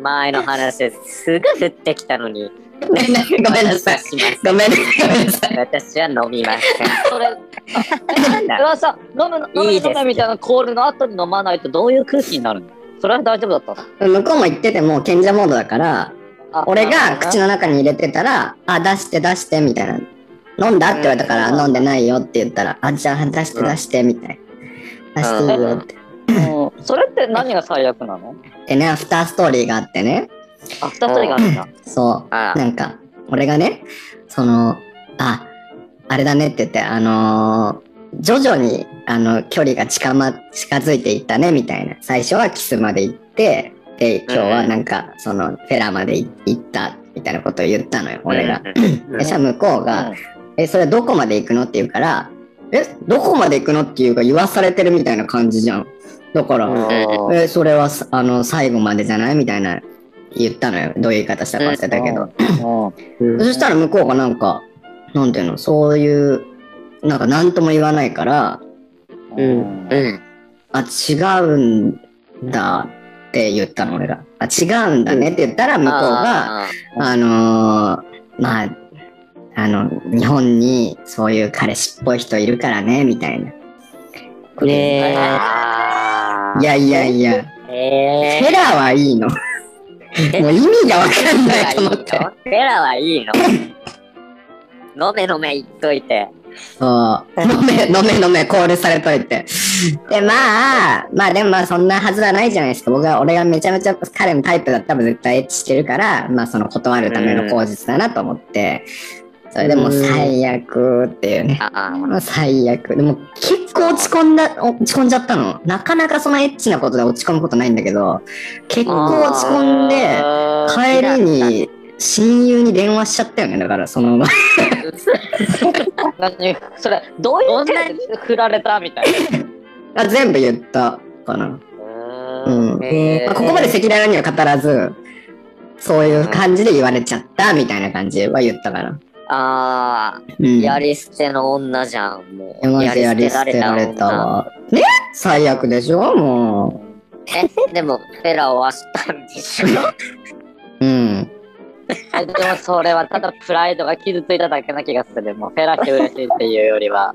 C: 前の話ですぐ降ってきたのに、
A: ごめんなさい。ごめんなさい。ごめんなさい。ごめんなさい。
C: 私は飲みません。
B: それ、
C: なん
B: それ
C: だ
B: はさ、飲むの、飲む
C: いい
B: 飲
C: です
B: むみたいなコールの後に飲まないとどういう空気になるのそれは大丈夫だったの
A: 向こうも言ってても賢者モードだから
B: あ
A: 俺が口の中に入れてたら「あ出して出して」みたいな「飲んだ?」って言われたから「飲んでないよ」って言ったら「あじゃあ出して出して」みたいな「出していいよ」って。
B: うんそれって何が最悪なの
A: でねアフターストーリーがあってね
B: あ、二人があるんだ。
A: そう
C: あ
A: なんか俺がねそのああれだねって言ってあのー徐々にあの距離が近,、ま、近づいていったねみたいな最初はキスまで行ってで今日はなんかそのフェラーまでい行ったみたいなことを言ったのよ俺が。
C: うん
A: でさ向こうが「えそれどこまで行くの?」って言うから「えどこまで行くの?」っていうか言わされてるみたいな感じじゃんだから「
B: うん
A: えそれはさあの最後までじゃない?」みたいな言ったのよどういう言い方したか忘れたけど、
B: うん
A: そしたら向こうがなんかなんていうのそういうなんか何とも言わないから
B: うん
C: うん。
A: 「あ違うんだ」って言ったの俺が「あ違うんだね」って言ったら向こうが「
C: あ
A: あのーまあ、あの、日本にそういう彼氏っぽい人いるからね、みたいな。
D: ね
C: ー
D: え。
C: あ
A: いやいやいや、
C: ー。え
A: フェラーはいいの。もう意味がわかんないと思って。
C: フェラはいいの飲め飲め言っといて。
A: そう。飲め、飲め、飲め、コールされといて。で、まあ、まあでもまあそんなはずはないじゃないですか。僕は、俺がめちゃめちゃ彼のタイプだったら絶対エッチしてるから、まあその断るための口実だなと思って、それでもう最悪っていうね。
C: ああ。
A: まあ最悪でも結構落ち込んだ落ち込んじゃったのなかなかそのエッチなことで落ち込むことないんだけど結構落ち込んで帰りに親友に電話しちゃったよねだからその
B: 何それ、どういう手で振られたみたいな。
A: あ全部言ったかな、うん
C: え
A: まあ、ここまで赤裸々には語らずそういう感じで言われちゃったみたいな感じは言ったから、
C: あ
A: うん、
C: ーやり捨ての女じゃん、も
A: いや
C: う。
A: マジやり捨てられたわね最悪でしょも
C: え、でも、フェラはしたんでしょ
A: ううん
B: でもそれはただプライドが傷ついただけな気がする。もうフェラして嬉しいっていうよりは。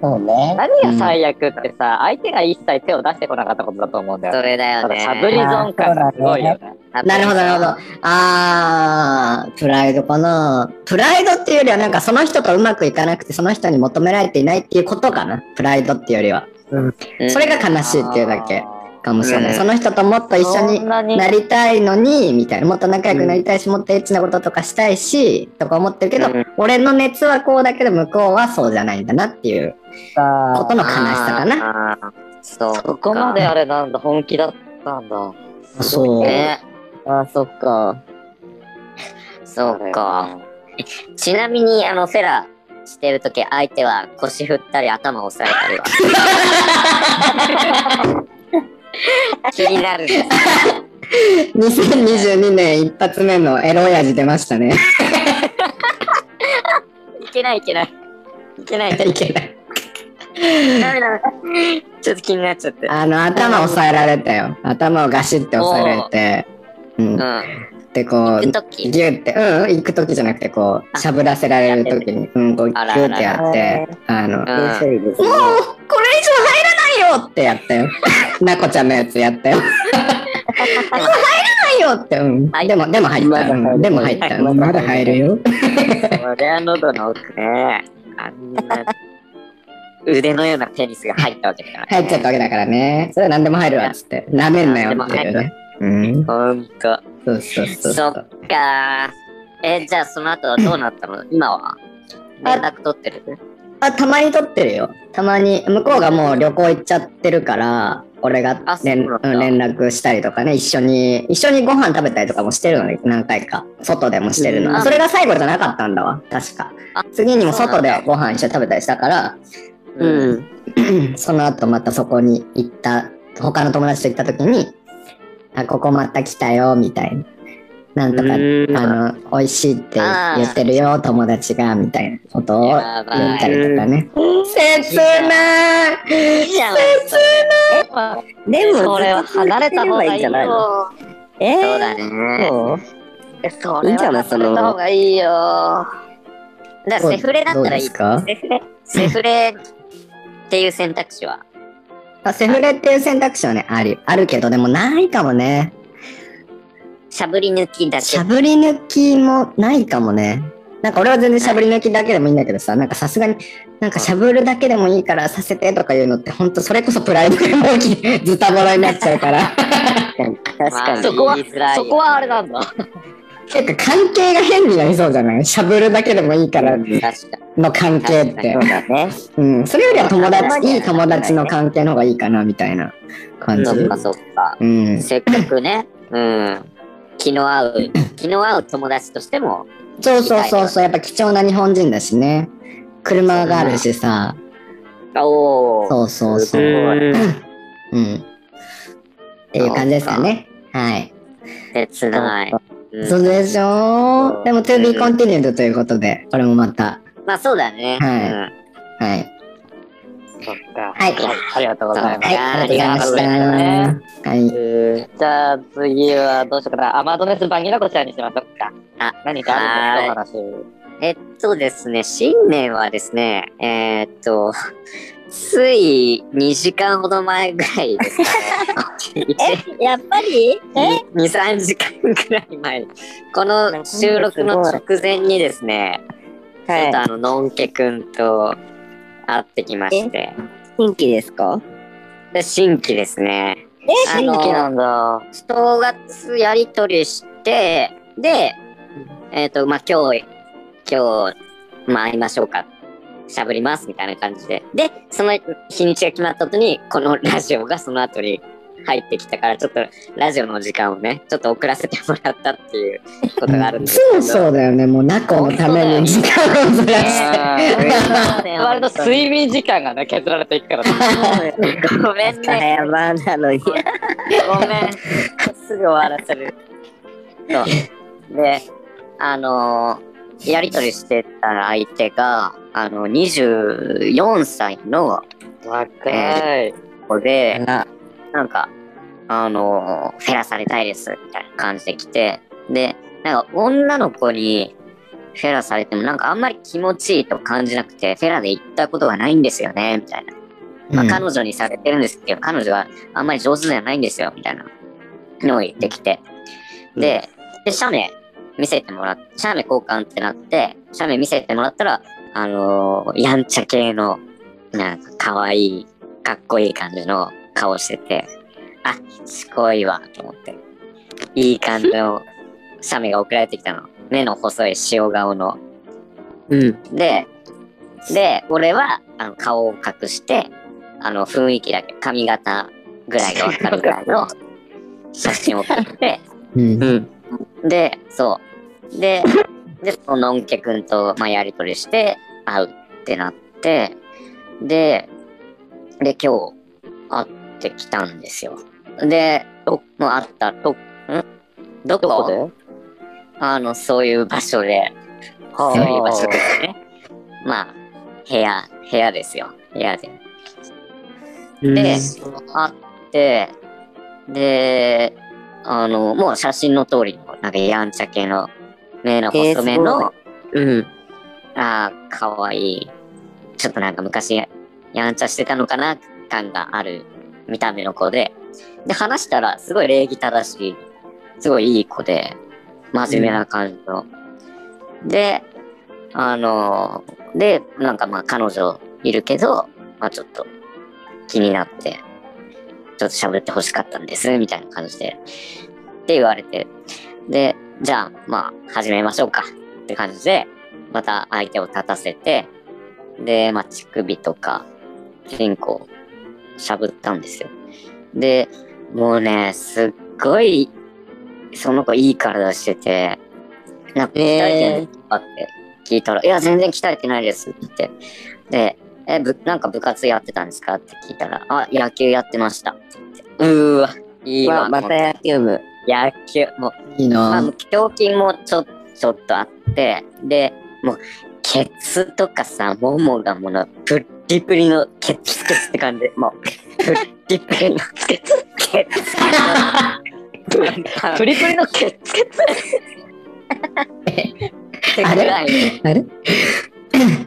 D: そうね。
B: 何が最悪ってさ、相手が一切手を出してこなかったことだと思うんだよ
C: そ
B: ね。
C: れだよ
B: た だ
C: ね。
B: しゃぶり損感がすごいよね。
A: なるほど、なるほど。あー、プライドかな。プライドっていうよりは、なんかその人とうまくいかなくて、その人に求められていないっていうことかな。プライドっていうよりは。
C: うん
A: それが悲しいっていうだけかもしれない。
C: うん
A: その人ともっと一緒
B: そ
A: に
B: んなに
A: なりたいのに、みたいな。もっと仲良くなりたいし、もっとエッチなこととかしたいし、とか思ってるけど、
C: うん
A: 俺の熱はこうだけど、向こうはそうじゃないんだなっていうこ
D: さ
A: との悲しさかな。
C: な。あーそうか。
B: そこまであれなんだ、本気だったんだ。
A: そう。
C: ね。
D: あ、あ、そっか。
C: そうか。ちなみに、あの、フェラしてるとき、相手は腰振ったり頭押さえたりは。気になるんです。
A: 2022年一発目のエロ親父出ましたね。
C: いけないいけない。いけない。
A: いけない。
C: ダメだ。ちょっと気になっちゃって。
A: あの、頭押さえられたよ。頭をガシッて押さえられて、うん。
C: うん。
A: で、こう、
C: 行く
A: ギ
C: とき
A: ュ。ーって、うん、行く時じゃなくて、こう、しゃぶらせられる時に、うん、こう、ギュ
C: あら
A: ーってやって、あの、
C: う
A: もう、
D: 面
C: ん
D: 白いです
A: これ
D: ね。
A: 以上入らないよってやったよ。 なこちゃんのやつやったよ。これ入らないよって、うん。でも、でも入っ
D: ま
A: た。
D: だ
A: う
D: 入る
A: んでも入った。
D: まだ入る
A: まだ入るよ。
C: それは喉の奥ね。あんな腕のようなテニスが入ったわけだから、ね。
A: 入っちゃったわけだからね。それは何でも入るわ、つって。舐めんなよっていうね。うん。
C: ほんと。
A: そうそうそう
C: そ
A: そ
C: っ
A: う。
C: かー。え、じゃあその後はどうなったの今は連絡取ってる
A: あ、たまに撮ってるよ。たまに。向こうがもう旅行行っちゃってるから、俺が
C: あそう
A: 連
C: なんだ
A: うん連絡したりとかね、一緒に、一緒にご飯食べたりとかもしてるので、何回か。外でもしてる
C: うん
A: の。それが最後じゃなかったんだわ、確か
C: あ。
A: 次にも
C: そうな
A: 外
C: んだ
A: でご飯一緒に食べたりしたから、
D: うん。
A: その後またそこに行った、他の友達と行った時に、あ、ここまた来たよ、みたいな。なんとか、
D: うん
A: あの、美味しいって
C: あー
A: 言ってるよ、友達が、みたいなことを
B: やばい
A: 言ったりとかね。切ない
C: いいじゃん。
D: でも、
C: それは離れた方がいいよ
D: んじゃないのえ
C: そう
D: ー、
C: だね。
D: そう
C: そ
D: いい
C: れ
D: んじゃ
C: は
D: ない
C: 離れた方がいいよ。だからセフレだったらいい
A: どうです。か
C: セフレセフレっていう選択肢は。
A: あセフレっていう選択肢はね、あり、あるけど、でもないかもね。
C: しゃぶり抜きだ
A: し
C: け
A: ゃ。ぶり抜きもないかもね。なんか俺は全然しゃぶり抜きだけでもいいんだけどさ、なんかさすがに、なんかしゃぶるだけでもいいからさせてとか言うのって、ほんとそれこそプライドが大きい、ズタボロになっちゃうから。
D: 確かに。
B: そこはそこはあれなんだ。
A: 結構関係が変になりそうじゃないしゃぶるだけでもいいから
C: 確か
A: の関係って
D: そう。だね。
A: うん。それよりは友
D: まあ
A: 達、いい友達の関係の方がいいかな、みたいな感
C: に。
A: じ。
C: そっかそっか。
A: うん。
C: せっかくね、うん。気の合う、気の合う友達としても、
A: そうそうそうそう、やっぱ貴重な日本人だしね。車があるしさ。
C: おー、
A: そうそう
C: す
A: そ
C: ご
A: う。
C: い。
A: うん。っていう感じですかね。はい。
C: 切ない。うん
A: そうでしょ
C: うん
A: うでも to be continued ということで、これもまた。
C: まあそうだね。
A: はい
C: うん
A: はい。
B: そっか。
A: はい
B: ありがとうございます。
A: はい、ありがとうございました。はい。
B: えーじゃあ次はどうしようかな。アマドネスバンギラコちゃんにしましょうか。
C: あ、
B: 何かあるんですかお話。
C: えっとですね、新年はですね、えーっと、つい2時間ほど前ぐらいですかね。
D: え、やっぱりえ
C: 2、3時間ぐらい前。この収録の直前にですね、ちょっと
D: は
C: あの、のんけくんと会ってきまして、
D: い。新規ですか
C: で新規ですね。
D: え
C: あの
B: んだ。
C: 正月やりとりして、で、えっ、と、まあ、今日、今日、まあ、会いましょうか。しゃぶります、みたいな感じで。で、その日にちが決まった後に、このラジオがその後に入ってきたから、ちょっとラジオの時間をね、ちょっと遅らせてもらったっていうことがあるん
A: い
C: です
A: つも
C: けど。
A: そうだよね。もう、ナコのために時間をずらして。
B: 割と睡眠時間がね削られていくから、ね、
C: ごめん
D: 早
C: ね。
D: 山なのに。
C: ごめん。すぐ終わらせる。そう。で、あのーやりとりしてた相手が、あの、24歳の
B: 若い
C: 子で、
D: あ
C: なんか、あのーフェラされたいです、みたいな感じで来て、で、なんか、女の子に、フェラされても、なんかあんまり気持ちいいと感じなくて、フェラで行ったことがないんですよね、みたいな。まあ、彼女にされてるんですけど、彼女はあんまり上手じゃないんですよ、みたいなのを言ってきて。で、で、写メ見せてもらって、写メ交換ってなって、写メ見せてもらったら、あのーやんちゃ系の、なんか可愛い、かっこいい感じの顔してて、あ、すごいわ、と思って。いい感じの 写メが送られてきたの。目の細い塩顔の。
D: うん。
C: で、で、俺は、あの、顔を隠して、あの、雰囲気だけ、髪型ぐらいがわかるぐらい の写真を撮って、
A: うん。
D: うん。
C: で、そう。で、で、そののんけくんと、まあ、やりとりして、会うってなって、で、で、今日、会ってきたんですよ。で、ど、もう会った、ど、んどこ
B: どこで
C: あの、そういう場所で、そういう場所ですね。まあ、部屋、部屋ですよ。部屋で。で、あって、で、あの、もう写真の通りの、なんかやんちゃ系の、目の
D: えー
C: 細め
D: すご
C: の、
D: うん。
C: あーかわいい、ちょっとなんか昔やんちゃしてたのかな、感がある見た目の子で、で、話したら、すごい礼儀正しい、すごいいい子で、真面目な感じの。で、あのーで、なんかまあ彼女いるけど、まあちょっと気になって、ちょっと喋って欲しかったんです、みたいな感じで、って言われて、で、じゃあまあ始めましょうか、って感じで、また相手を立たせて、で、まあ乳首とか、人口しゃぶったんですよ。で、もうね、すっごい、その子いい体してて、なんか鍛えてるかって聞いたら、いや、全然鍛えてないですって言って。で、え、ぶなんか部活やってたんですかって聞いたら、あ、野球やってましたって言って。うーわ、いいわ。
D: まま
C: も
D: た
C: う
D: 野球部。
C: 野球、もう、
A: いい
C: まあ、
A: な
C: もう胸筋もちょちょっとあって、で、もう、ケツとかさ、ももがもうの、プッリプリのケツケツって感じ。もう、プッリプリのケツケツ。
B: プリプリのケツケツ
C: ってぐらい
A: あれ
C: プ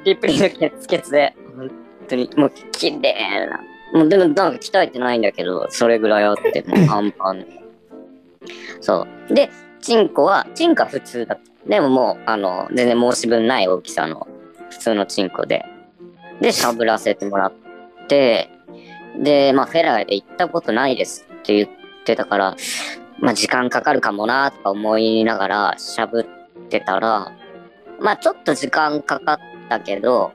C: リプリのケツケツで、本当に、もう、綺麗な。もう、でも、なんか鍛えてないんだけど、それぐらいあって、もう、パンパンで。そう。で、チンコは、チンコは普通だった。でももう、あの、全然申し分ない大きさの、普通のチンコで。で、しゃぶらせてもらって、で、まあ、フェラーで行ったことないですって言ってたから、まあ、時間かかるかもなとか思いながら、しゃぶってたら、まあ、ちょっと時間かかったけど、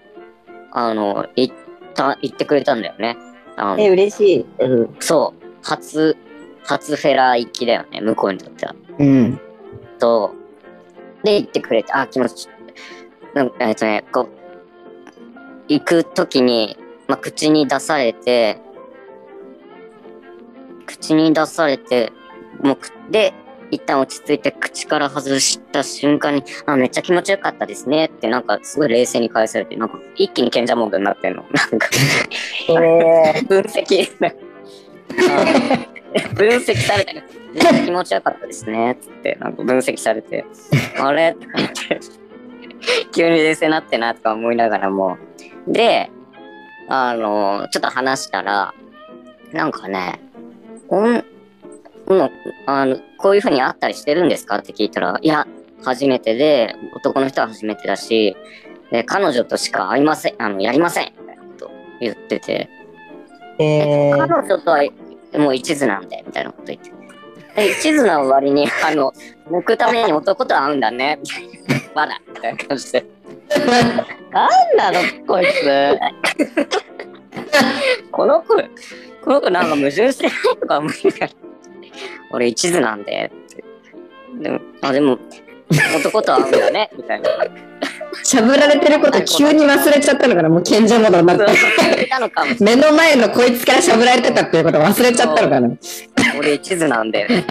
C: あの、行った、行ってくれたんだよね。あの
D: え、嬉しい。うん。
C: そう、初、初フェラー行きだよね、向こうにとっては。
A: うん。
C: と、で、行ってくれて、あ、気持ちいい。なんか、えっとね、こう、行くときに、まあ、口に出されて、口に出されて、もうく、で、一旦落ち着いて口から外した瞬間に、あ、めっちゃ気持ちよかったですねって、なんか、すごい冷静に返されて、なんか、一気に賢者モードになってんの。なんか、
D: えー、
C: 分析 分析されてめっちゃ気持ちよかったですねっつってなんか分析され てあれってなって急に冷静になってなとか思いながらもであのちょっと話したらなんかねおんもうあのこういうふうに会ったりしてるんですかって聞いたらいや初めてで男の人は初めてだしで彼女としか会いませんあのやりませんみたいなこと言ってて
D: え
C: 彼
D: ー、
C: 女とはもう一途なんでみたいなこと言ってで一途な割にあの抜くために男と会うんだねみたいなわらみたいな感じで
B: なのこいつ
C: この子この子なんか矛盾してないとか思いながら俺一途なんでってでもあでも男と会うんだねみたいな
A: しゃぶられてること急に忘れちゃったのかなもう賢者モードになって。
C: いたのかも
A: 目の前のこいつからしゃぶられてたっていうこと忘れちゃったのかな
C: 俺一途なんでって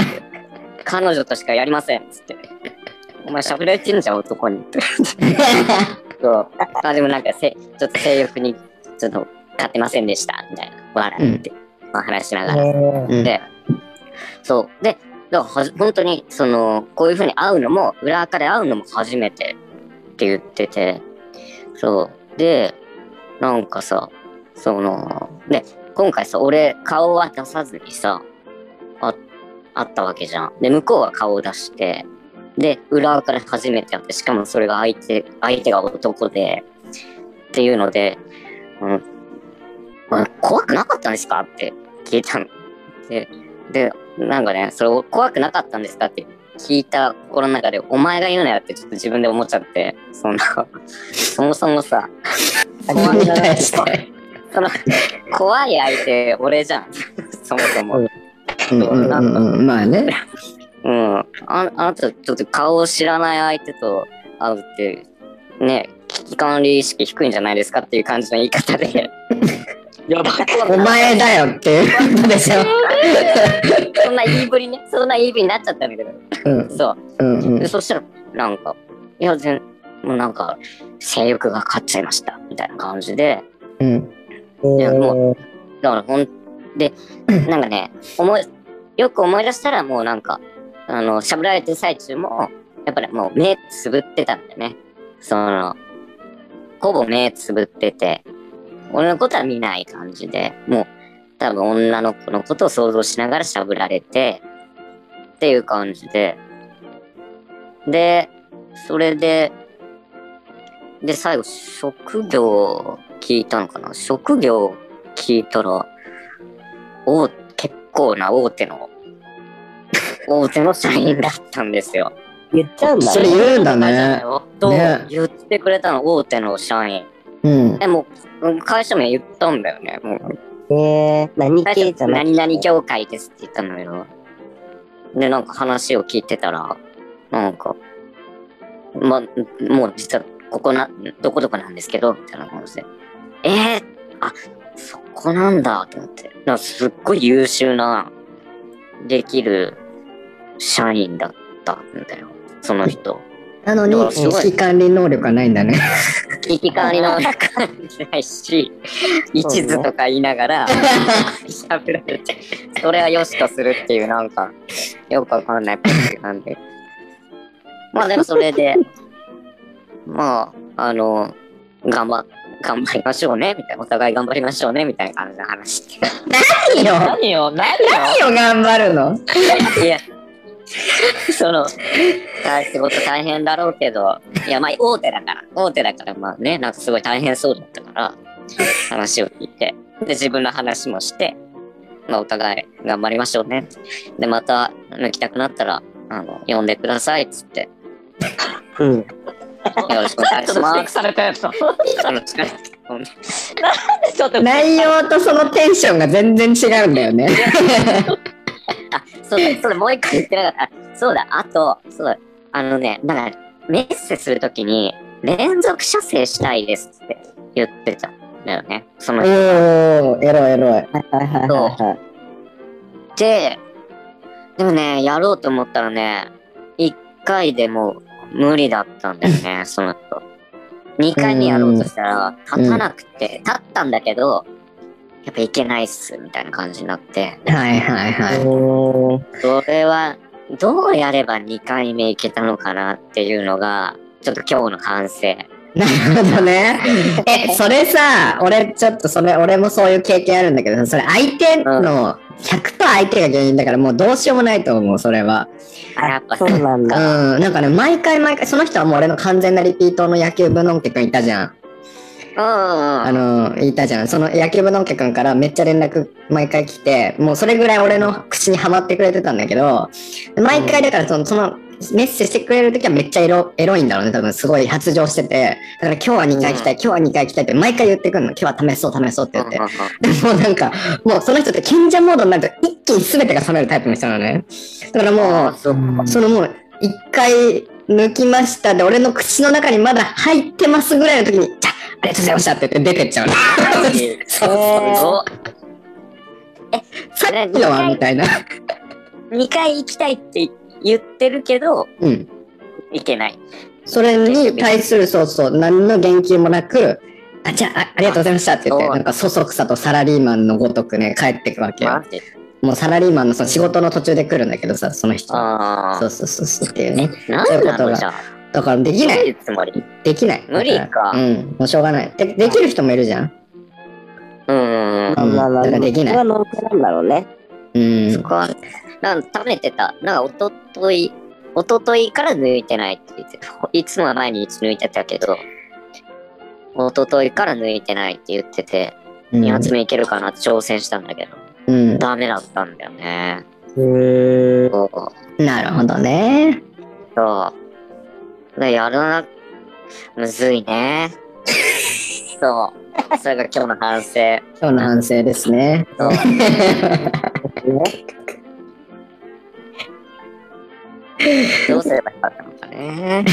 C: 彼女としかやりませんっつってお前しゃべられてんじゃん男にってそう。あ、でもなんかせ、ちょっと性欲に、ちょっと、勝てませんでした、みたいな。笑って、まあ話しながら。
A: うん
C: で、そう。で、だからはじ本当に、その、こういうふうに会うのも、裏垢で会うのも初めてって言ってて、そう。で、なんかさ、その、で、今回さ、俺、顔は出さずにさ、あ、あったわけじゃん。で、向こうは顔を出して、で、裏垢で初めて会って、しかもそれが相手、相手が男で、っていうので、うん、まあ怖くなかったんですかって聞いたの。で、で、なんかね、それを怖くなかったんですかって聞いた心の中で、お前が言うなよってちょっと自分で思っちゃって、そんな、そもそもさ、怖
A: に
C: い
A: 対して。
C: その、怖い相手、俺じゃん。 そもそも。
A: うんうんうんうん、まあね。
C: うん。ああなた、ちょっと顔を知らない相手と会うって、ね、危機管理意識低いんじゃないですかっていう感じの言い方で。
B: やば
A: お前だよっていうことでしょ。
C: そんな言いぶりね、そんな言いぶりになっちゃったんだけど。
A: うん
C: そ
A: う
C: う。
A: んうん
C: で、そしたら、なんか、いや、全、もうなんか、性欲が勝っちゃいました、みたいな感じで、
A: うん
C: いやも
D: う、
C: だからほん、で、なんかね、思い、よく思い出したらもうなんか、あの、しゃぶられてる最中も、やっぱりもう目つぶってたんだよね。その、ほぼ目つぶってて、俺のことは見ない感じで、もう、多分女の子のことを想像しながらしゃぶられて、っていう感じで、で、それで、で、最後、職業を聞いたのかな職業を聞いたら、お結構な大手の、 大手の社員だったんですよ。
D: 言っちゃうんだ
A: それ
D: ね。
A: 言うんだね。
C: と
A: ね
C: 言ってくれたの、大手の社員。
A: うん。
C: え、もう、うん会社名言ったんだよね。もう
D: えー、何系じゃない
C: 何々業界ですって言ったのよ。で、なんか話を聞いてたら、なんか、ま、もう実はここな、どこどこなんですけど、みたいな感じで。えー、あ、そこなんだと思って。なんかすっごい優秀な、できる社員だったんだよ。その人。
A: なのに、
C: いやす
A: 危
C: ごい
A: 機管理能力はないんだね。
C: 危機管理のなんか ないし、一途とか言いながら、喋られて、それは良しとするっていう、なんか、よくわかんない感じなんで。まあでもそれで、まあ、あの、頑張、頑張りましょうね、みたいな、お互い頑張りましょうね、みたいな感じの話して。
A: 何よ
B: 何よ何よ
A: 何を頑張るの
C: いや、 その、大仕事大変だろうけど、いや、まあ、大手だから、大手だから、まあね、なんかすごい大変そうだったから、話を聞いて、で、自分の話もして、まあ、お互い頑張りましょうね。で、また抜きたくなったら、あの、呼んでください、っつって、
D: うん。
C: よろしくお願い
B: ちょっ
C: し
B: と指摘
C: ます。
B: されたやつだ
C: あの疲れて
B: ちょっと
A: 内容とそのテンションが全然違うんだよね。
C: あ、そ うだ、そうだ、もう一回言ってなかった。あそうだ、あと、そうだ、あのね、なんか、メッセするときに、連続射精したいですって言ってたんだよね。その人
A: おお、エロいエロい。
D: はいはいはいはいはい。
C: で、でもね、やろうと思ったらね、一回でもう無理だったんだよ ね、その人。二回目やろうとしたら、立たなくて、立ったんだけど、やっぱいけないっす、みたいな感じになって。
A: はいはいはい。
D: おー
C: それはどうやれば2回目いけたのかなっていうのがちょっと今日の反省
A: なるほどね。え、それさ、俺ちょっとそれ、俺もそういう経験あるんだけど、それ相手の、100%相手が原因だからもうどうしようもないと思う、それは。
C: あやっぱ
D: そうなん
A: うん、
D: だ。
A: なんかね、毎回毎回、その人はもう俺の完全なリピートの野球部のんけくんいたじゃん。あの、
C: う
A: いたじゃん。その野球部のんけくんからめっちゃ連絡毎回来て、もうそれぐらい俺の口にはまってくれてたんだけど、毎回だからその、その、メッセージしてくれるときはめっちゃエロエロいんだろうね。多分すごい発情してて。だから今日は2回来たい、今日は2回来たいって毎回言ってくるの。今日は試そう、試そうって
C: んう
A: 言
C: ん
A: って。でもうなんか、もうその人って賢者モードになると一気に全てが冷めるタイプの人なのね。だからもう、
C: うん
A: そのもう、一回抜きましたで、俺の口の中にまだ入ってますぐらいの時に、じゃあ、ありがとうございましたって言って出てっちゃう の。そうそうそう。
C: そ
A: さっきのはみたいな。
C: う2回行きたいって言ってるけど
A: うん。
C: いけない
A: それに対する、そうそう、何の言及もなく、あ、じゃあ、あありがとうございましたって言って、
C: そう
A: なんか、そそくさとサラリーマンのごとくね、帰ってくわけよ
C: マ。ジ
A: もうサラリーマンのその仕事の途中で来るんだけどさ、その人。
C: あ
A: そうそうそうそうっていうね。
C: あなんなのじゃあ
A: だから、できな
C: どうい
A: い。
C: うつもり
A: できない。
C: 無理か
A: だらうん。もうしょうがない。で、できる人もいるじゃん。
C: うん
D: まあまあまあ、
A: だからできない
D: そこはノープなんだろうね。
A: うん。
C: そこはなんか食べてたなんかおとといおとといから抜いてないって言っていつもは毎日抜いてたけどおとといから抜いてないって言ってて
A: うん
C: 2発目いけるかなって挑戦したんだけど、
A: うん。
C: ダメだったんだよね。
D: へ
C: そう。
A: なるほどね。
C: そうでやらな、むずい ね。そう。それが今日の反省。
A: 今日の反省ですね。
C: そう。どうすればよかったのかね。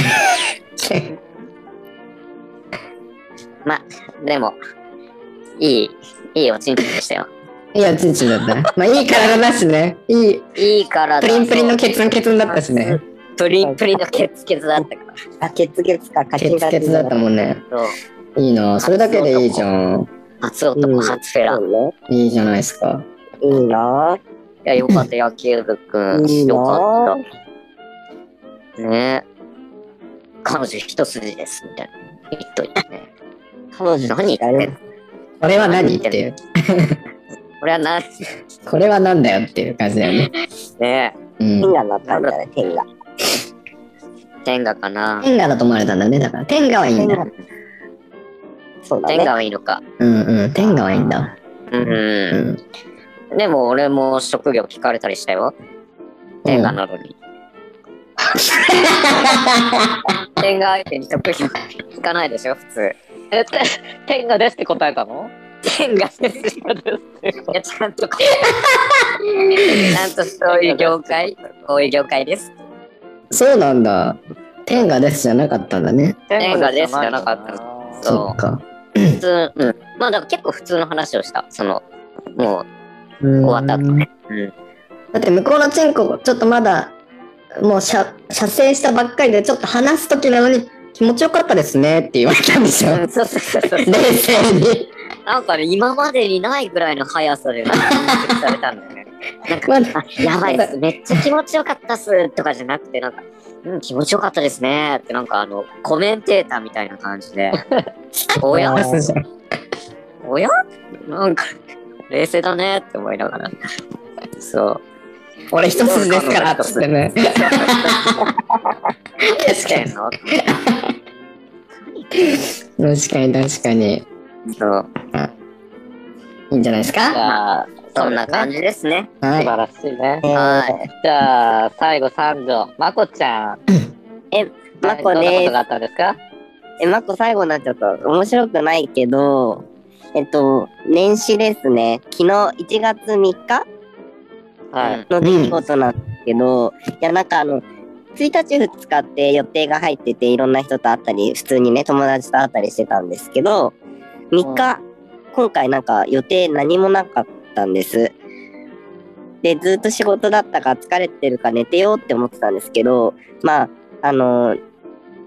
C: ま、でも、いい、いいおちんちんでしたよ。
A: いや、ちんちんだった。まあ、いい体だしね。いい、
C: いいから
A: プリンプリンのケツンケツンだったしね。
C: プリンプリンのケツケツだったから。
D: あ、ケツケツか、カ
A: ケ
D: チン
A: ツ
D: カ
A: ケ
D: チ
A: ツ
D: ン
A: だったもんね。
C: そう。
A: いいなそれだけでいいじゃん。
C: 初男、初フェラ。い
D: そう
A: いいじゃないですか。
D: ね。いいな
C: や、よかった、野球部く
D: いい
C: ん。
D: な
C: よかった。ね彼女一筋です、みたいな。言っといてね。
D: 彼女
C: 何言ってんの
A: これは何っていう。
C: これは何
A: これはなんだよっていう感じだよね。
C: ね
A: うん。
D: 天がなったんだね、天が。
C: 天下かな
A: 天下だと思われたんだね。だから、天下はいいんだ。
D: そうだ
C: 天下
D: ね。
C: はいいのか。
A: うんうん。天下はいいんだ。
C: うん
A: う。
C: うんん。でも俺も職業聞かれたりしたよ。天下なのに。天下相手に職業聞かないでしょ、普通。
B: えて天下ですって答えたの
C: 件が切実いや、ちゃんと、ちゃんとそういう業界、こういう業界です。
A: そうなんだ。天下ですじゃなかったんだね。
C: 天下ですじゃなかった
B: た
C: そう
A: そっか。
C: 普通、うん。まあ、だから結構普通の話をした。その、もう、
A: 終
C: わった後ねうん
A: だって向こうのチンコ、ちょっとまだ、もう射射精したばっかりで、ちょっと話すときなのに、気持ちよかったですねって言われたんでしょ。
C: うんそうそうそうそう
A: 冷静 に。
C: なんかね、今までにないぐらいの速さで、ね、されたんだよね。なんか、
A: まだ
C: あ、やばい っす。めっちゃ気持ちよかったっす。とかじゃなくて、なんか、うん、気持ちよかったですね。って、なんか、あの、コメンテーターみたいな感じ で。おや
A: 話すじゃん
C: おやなんか、冷静だねって思いながら。そう。
A: 俺一筋ですからっつってね。確か
C: せ
A: に。
C: ーの。
A: 確かに確かに。
C: そう。
A: いいんじゃないです
B: じ
A: か
B: ゃあ、
C: そんな感じですね。
A: は
B: 素
A: い。
B: 晴らしいね。
C: はい。
B: じゃあ、最後三条、まこちゃん。
D: まこ
B: どんなこ
D: で
B: と
D: す
B: があったんですか
D: え、まこ最後になっちゃった。面白くないけど、えっと、年始ですね。昨日1月3日
B: はい。
D: の出来事なんですけど、いや、なんかあの、1日2日って予定が入ってて、いろんな人と会ったり、普通にね、友達と会ったりしてたんですけど、3日、今回なんか予定何もなかったんです。で、ずっと仕事だったから疲れてるから寝てようって思ってたんですけど、まあ、あの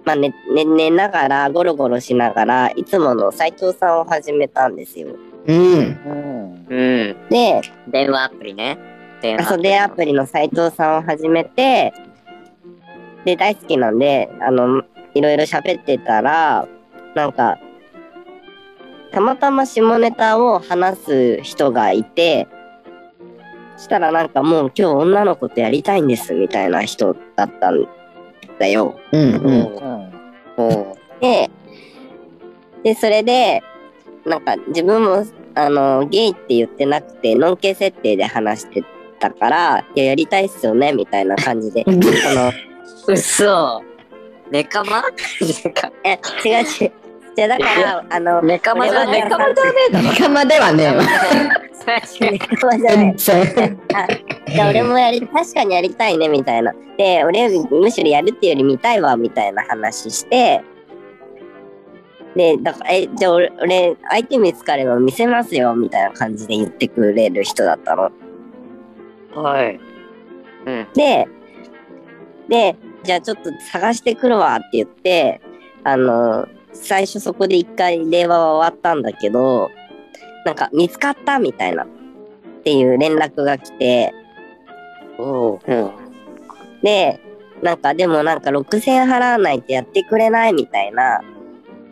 D: まあ寝寝寝ながらゴロゴロしながらいつもの斉藤さんを始めたんですよ。
A: うん。
B: うん。
C: うん。
D: で
C: 電話アプリね。電話
D: 遊びアプリの斉藤さんを始めてで大好きなんであのいろいろ喋ってたらなんかたまたま下ネタを話す人がいてしたらなんかもう今日女の子とやりたいんですみたいな人だったんだよ。
A: うんうん。
B: うん。
C: も
D: で、で、それで、なんか自分も、あの、ゲイって言ってなくて、ノンケ設定で話してたから、いや、やりたいっすよね、みたいな感じで。その、
C: う。うそ。ネカマネカ
D: え、違う違う。じゃだから、あの、
C: ネカマじゃねえ。
D: ネカマじゃね
A: 仲間ではねえわ。
D: えわじゃない
A: 全。然。
D: あじゃあ俺もやり、確かにやりたいね、みたいな。で、俺よりむしろやるっていうより見たいわ、みたいな話して、で、だから、え、じゃあ俺、俺相手見つかれば見せますよ、みたいな感じで言ってくれる人だったの。
B: はい。
C: うん。
D: で、で、じゃあちょっと探してくるわって言って、あの、最初そこで一回電話は終わったんだけど、なんか見つかったみたいなっていう連絡が来て、
B: おお。
C: うん。
D: で、なんかでもなんか6000円払わないとやってくれないみたいな、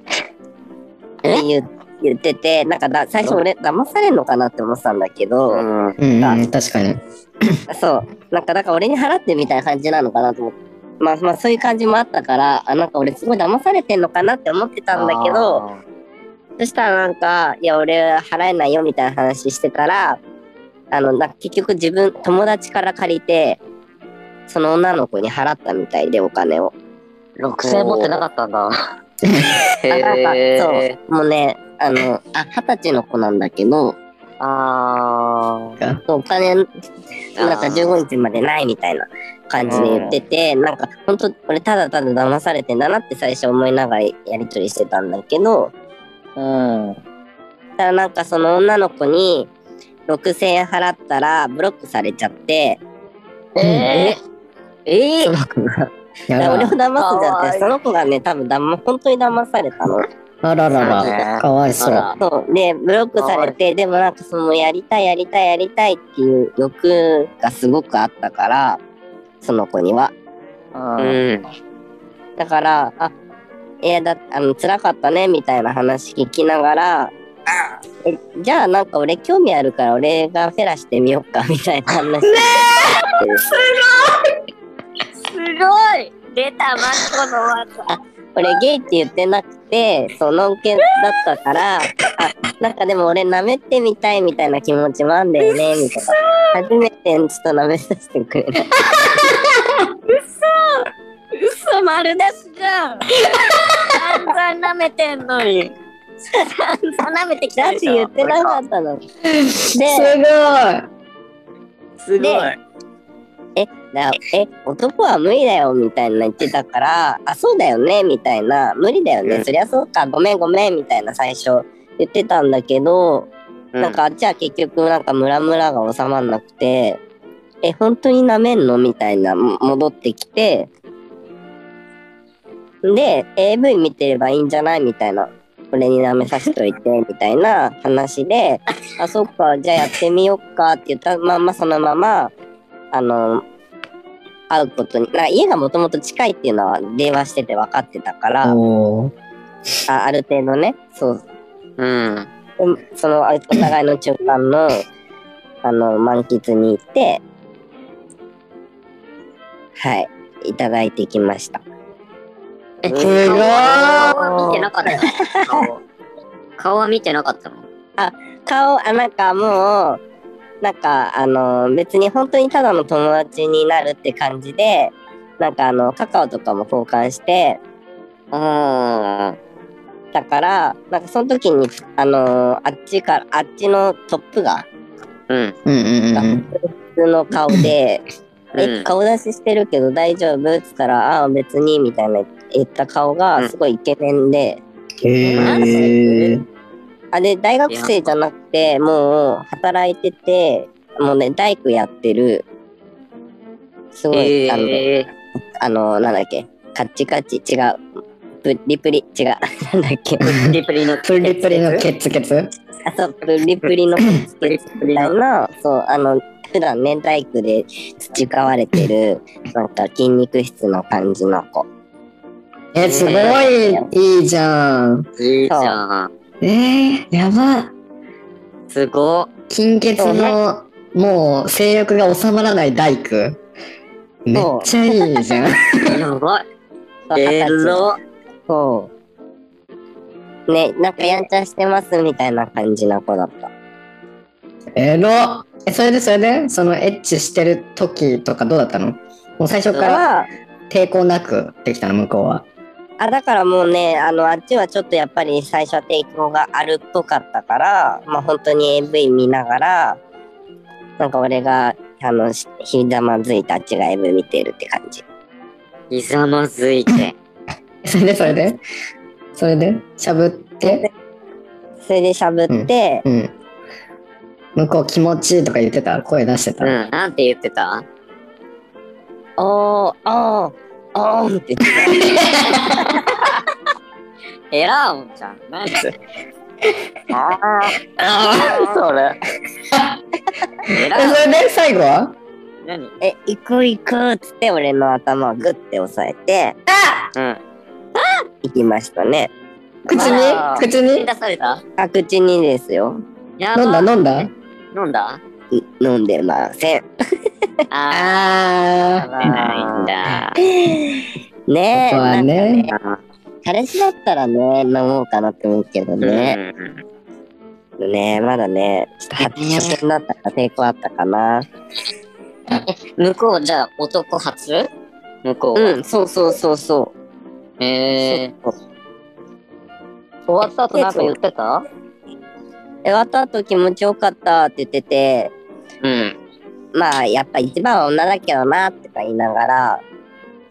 D: って言う言ってて、なんかだ最初俺騙されんのかなって思ってたんだけど、
C: うん。
A: うんうん。確かに。
D: そう。なんか、だから俺に払ってみたいな感じなのかなと思って。まあまあそういう感じもあったから、あ、なんか俺すごい騙されてんのかなって思ってたんだけど、
B: あ
D: そしたらなんか、いや俺払えないよみたいな話してたら、あの、なんか結局自分、友達から借りて、その女の子に払ったみたいでお金を。
C: 6000持ってなかったんだ。へ
D: あなんか
C: え。
D: そう。もうね、あの、あ、二十歳の子なんだけど、
C: あー
D: お金、なんか15日までないみたいな感じで言ってて、なんか本当俺ただただ騙されてんだなって最初思いながらやりとりしてたんだけど、
B: ーうん。
D: ただなんかその女の子に6000円払ったらブロックされちゃって、
C: えええ
A: や
D: だから
A: だ
D: 俺を騙すんじゃ
C: か
D: な
C: わ
D: く
C: いい
D: て、その子がね、多分だ、ま、本当に騙されたの。
A: あららら。かわいそう。
C: あ
D: そう。で、ブロックされて、でもなんかそのやりたいやりたいやりたいっていう欲がすごくあったから、その子には。
C: う
B: うん。
C: ん。
D: だから、あ、いや、だ、あの、辛かったね、みたいな話聞きながら、えじゃあなんか俺興味あるから俺がフェラしてみようか、みたいな話。
C: すごい出たマッコの技。
D: 俺ゲイって言ってなくて、そのんけだったから、あ、なんかでも俺舐めてみたいみたいな気持ちもあんだよね、みたいな。初めてちょっと舐めさせてくれる。
C: 嘘丸出しじゃん。散々舐めてんのに。舐めてきた
D: だっ
C: で
D: て
C: しょ
D: 言ってなかったの。です
A: ご
B: すごい。
D: だえ男は無理だよみたいな言ってたからあそうだよねみたいな無理だよね、
C: うん
D: そりゃそうかごめんごめんみたいな最初言ってたんだけど、
C: うん
D: なんかじゃあ結局なんかムラムラが収まんなくてえ本当になめんのみたいなも戻ってきてで AV 見てればいいんじゃないみたいなこれに舐めさせといてみたいな話 であそっかじゃあやってみよっかって言ったまんまそのままあの会うことになんか家がもともと近いっていうのは電話してて分かってたから、
A: い。おー
D: あある程度ねそう
C: うん。
D: うんそのあお互いの中間のあの満喫に行ってはいいただいてきました
C: え、
A: すごい
C: 顔は見てなかったの顔は見てなかったの
D: 顔あなんかもうなんかあの別に本当にただの友達になるって感じでなんかあのカカオとかも交換して
C: あ
D: だからなんかその時にあのあっちからあっちのトップが
C: ー
A: う
C: うん。
A: んうんうんうん。
D: 普通の顔で「
C: うん
D: え顔出ししてるけど大丈夫?」っつったら「ああ別に」みたいな言った顔がすごいイケメンで、
A: へえ。
D: あで大学生じゃなくてもう働いててもうね大工やってるすごい、あの
C: えー、
D: あのなんだっけカッチカチ違うプリプリ違う なんだっけ
C: プリプリの
A: プリプリのケツケツ
D: あそうプリプリの
C: プリプ
D: み
C: リ
D: たい
C: の
D: な、そう、あの、普段ね、大工で培われてる、なんか筋肉質の感じの子。
A: え、すごいいいじゃん。
C: いいじゃん。
A: えー、やば。
C: すごっ。
A: 金欠の、もう性欲が収まらない大工。めっちゃいいじゃん。
C: やばい。
D: そう
C: え
D: 二十歳
C: ろ。
D: そう。ね、なんかやんちゃしてますみたいな感じの子だった。
A: エロえそれでそれでそのエッチしてる時とかどうだったのもう最初か
D: だからら、
A: 抵抗なくできたの向こうは。
D: あ、だからもうね、あの、あっちはちょっとやっぱり最初は抵抗があるっぽかったから、まあ本当に AV 見ながら、なんか俺が、あの、しひざまずいてあっちが AV 見てるって感じ。
C: ひざまずいて。
A: それでそれでそれでしゃぶって、
D: それでしゃぶって、
A: うん、向こう気持ちいいとか言ってた声出してた。
C: うん。なんて言ってた
D: おー、おー、おーって言って
C: エラーオンちゃん。なんて。
D: た。あ
B: ああ、それ。
C: エ
A: え
C: ラーオン
A: それで最後は
C: 何
D: ーえ、行く行くっつって俺の頭をグッて押さえて、
C: うん。
D: 行きましたね。
A: 口に
C: あー
A: 口に
C: 出された
D: あ、口にですよ。
C: やば
A: 飲んだ飲んだ
C: 飲んだ
D: い飲んでません。
C: あー。
A: あ
C: ないんだ。
D: ねえ、
A: そう
D: な
A: は
D: ん
A: ね
D: かね彼氏だったらね、飲もうかなって思うけどね。
C: うん
D: ねえ、まだね、ちょっと初初見だったから抵抗あったかな。
C: 向こう、じゃあ、男初向こうは。
D: うん、そうそうそうそう。
C: え
D: そうそう
C: ー、終わった後なんか言ってた
D: え終わった後気持ちよかったって言ってて、
C: うん。
D: まあやっぱ一番は女だけどなってか言いながら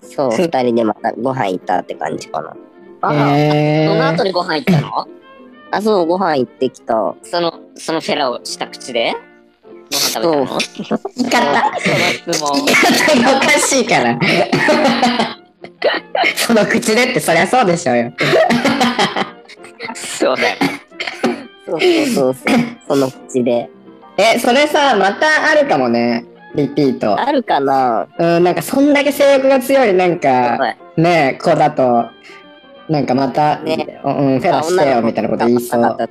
D: そう二人でまたご飯行ったって感じかな
C: あら、
A: え
C: その後
A: ー、
C: にご飯行ったの
D: あそうご飯行ってきた
C: その、そのフェラをした口でご飯食べたの
A: 言い方
B: その質問。
A: 言い方がおかしいから。その口でってそりゃそうでしょうよ。
B: そうだよ。
D: そうそうそうそうその口で
A: え、それさ、またあるかもね、リピート。
D: あるかな
A: うん、なんかそんだけ性欲が強い、なんか、
C: はい
A: ね、子だと、なんかまた、
D: ね
A: おうん、フェラしてよみたいなこと言いそう。
D: 確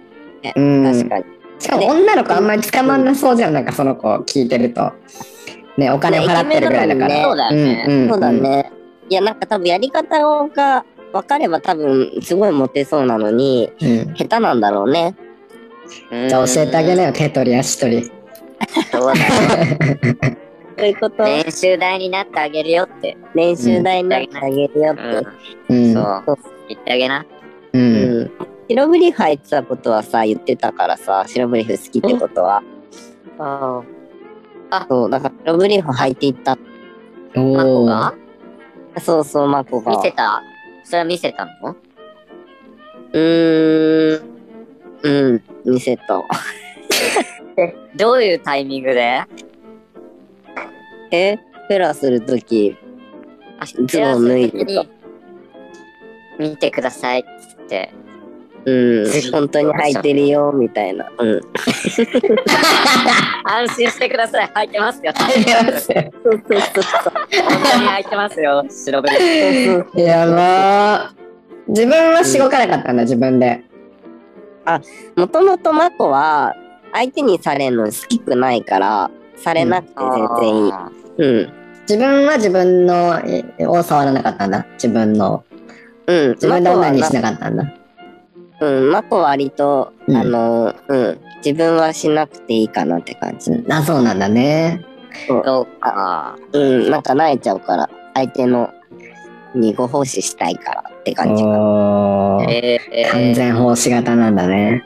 A: うん、
D: かに
A: しかも女の子あんまり捕まんなそうじゃん、なんかその子聞いてると。ね、お金を払ってるぐらいだから。
D: ね
C: そうだよね。
A: んん
D: そうだねいやなんか多分やり方が分かれば多分すごいモテそうなのに
A: うん
D: 下手なんだろうね
A: じゃあ教えてあげ
C: ね。
A: なよ、手取り足取り。
C: そうだよ
D: そういうこと
C: 練習台になってあげるよって。
D: 練習台になってあげるよって、
A: う
C: うん
A: ん。
C: そう。言ってあげな。
A: う。
D: うんん白ブリーフ入ってたことはさ、言ってたからさ、白ブリーフ好きってことは。
C: あ
D: そう、だから白ブリーフ履いていった。
C: マコが
D: そうそう、マコが。
C: 見せたそれは見せたの
D: うーん。うん、見せた。
C: どういうタイミングで
D: えフェラするとき、
C: あ
D: ズボン脱いでた
C: 見てくださいっつって。
D: うん
C: ぜひ、
D: 本当に履いてるよ、みたいな。うん。
C: 安心してください。履いてますよ。
D: そうそうそうそう。
C: 本当に履いてますよ。白ブリ
D: そう
A: やばー自分はしごかなかったんだ、自分で。
D: もともとマコは、相手にされるの好きくないから、されなくて全然いい。うん。
A: 自分は自分のえを触らなかったんだ。自分の。
D: うん。
A: 自分で
D: マコは
A: 女にしなかったんだ。
D: うん、マコは割と、
A: うん
D: あの、うん、自分はしなくていいかなって感じ。
A: あ、そうなんだね。
C: そうか。
D: うん、なんか慣れちゃうから、相手のにご奉仕したいからって感じ。
A: おー
C: えー、
A: 完全奉仕型なんだね。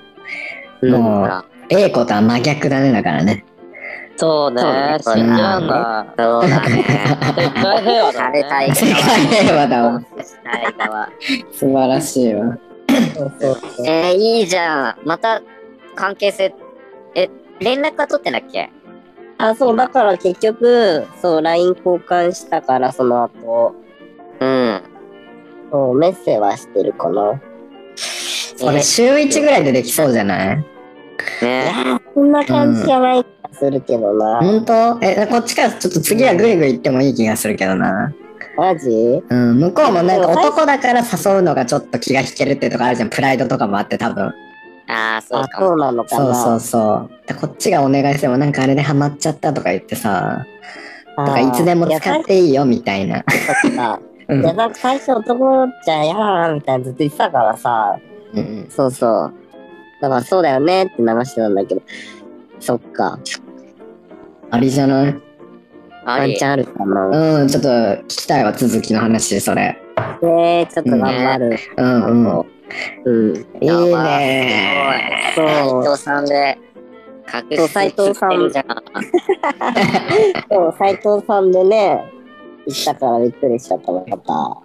D: うん
A: も
C: そう
A: う、A 子とは真逆だね、だからね。
B: そうね、死
C: そうんね
B: じゃうな。
C: そうだね。
B: 絶対平和だ
C: されたい
B: ね。
A: 世界平和だわ。
C: ないかは。
A: 素晴らしいわ。
C: えー、いいじゃん。また、関係性、え、連絡は取ってなっけ
D: あ、そう、だから結局、そう、LINE 交換したから、その後、
C: うん。
D: そう、メッセはしてるかな。
A: それ週1ぐらいでできそうじゃない
C: ね。
D: そんな感じじゃない気がするけどな。
A: 本当え、こっちからちょっと次はぐいぐい行ってもいい気がするけどな。
D: マジ
A: うん、向こうもなんか男だから誘うのがちょっと気が引けるってとこあるじゃん。プライドとかもあって多分。
C: ああ、そう
D: あ、
C: かも。
D: そうなのか
A: そう
D: な。
A: そうそう。でこっちがお願いしてもなんかあれでハマっちゃったとか言ってさ、
D: あ
A: と
D: ー
A: かいつでも使っていいよみたいな。
D: いや
A: う
D: 最初さい
A: ん
D: や、なんか最初男じゃ嫌だな、みたいなずっと言ってたからさ。
A: うん
D: そうそう。だからそうだよねって流してたんだけど。そっか。
A: ありじゃない
C: あ
D: ワン
C: り
D: チ。ャンあるかな。
A: うん、ちょっと聞きたいわ、続きの話、それ。
D: ねえ、ちょっと頑張る。
A: うんうん。
D: うん。
A: いい
C: やばい
A: ね
D: そう
C: 斎藤さんで、隠
D: そう
C: し
D: 斉藤さん
C: 知ってるじゃん。
D: そう、斎藤さんでね、行ったからびっくりしちゃったのまた。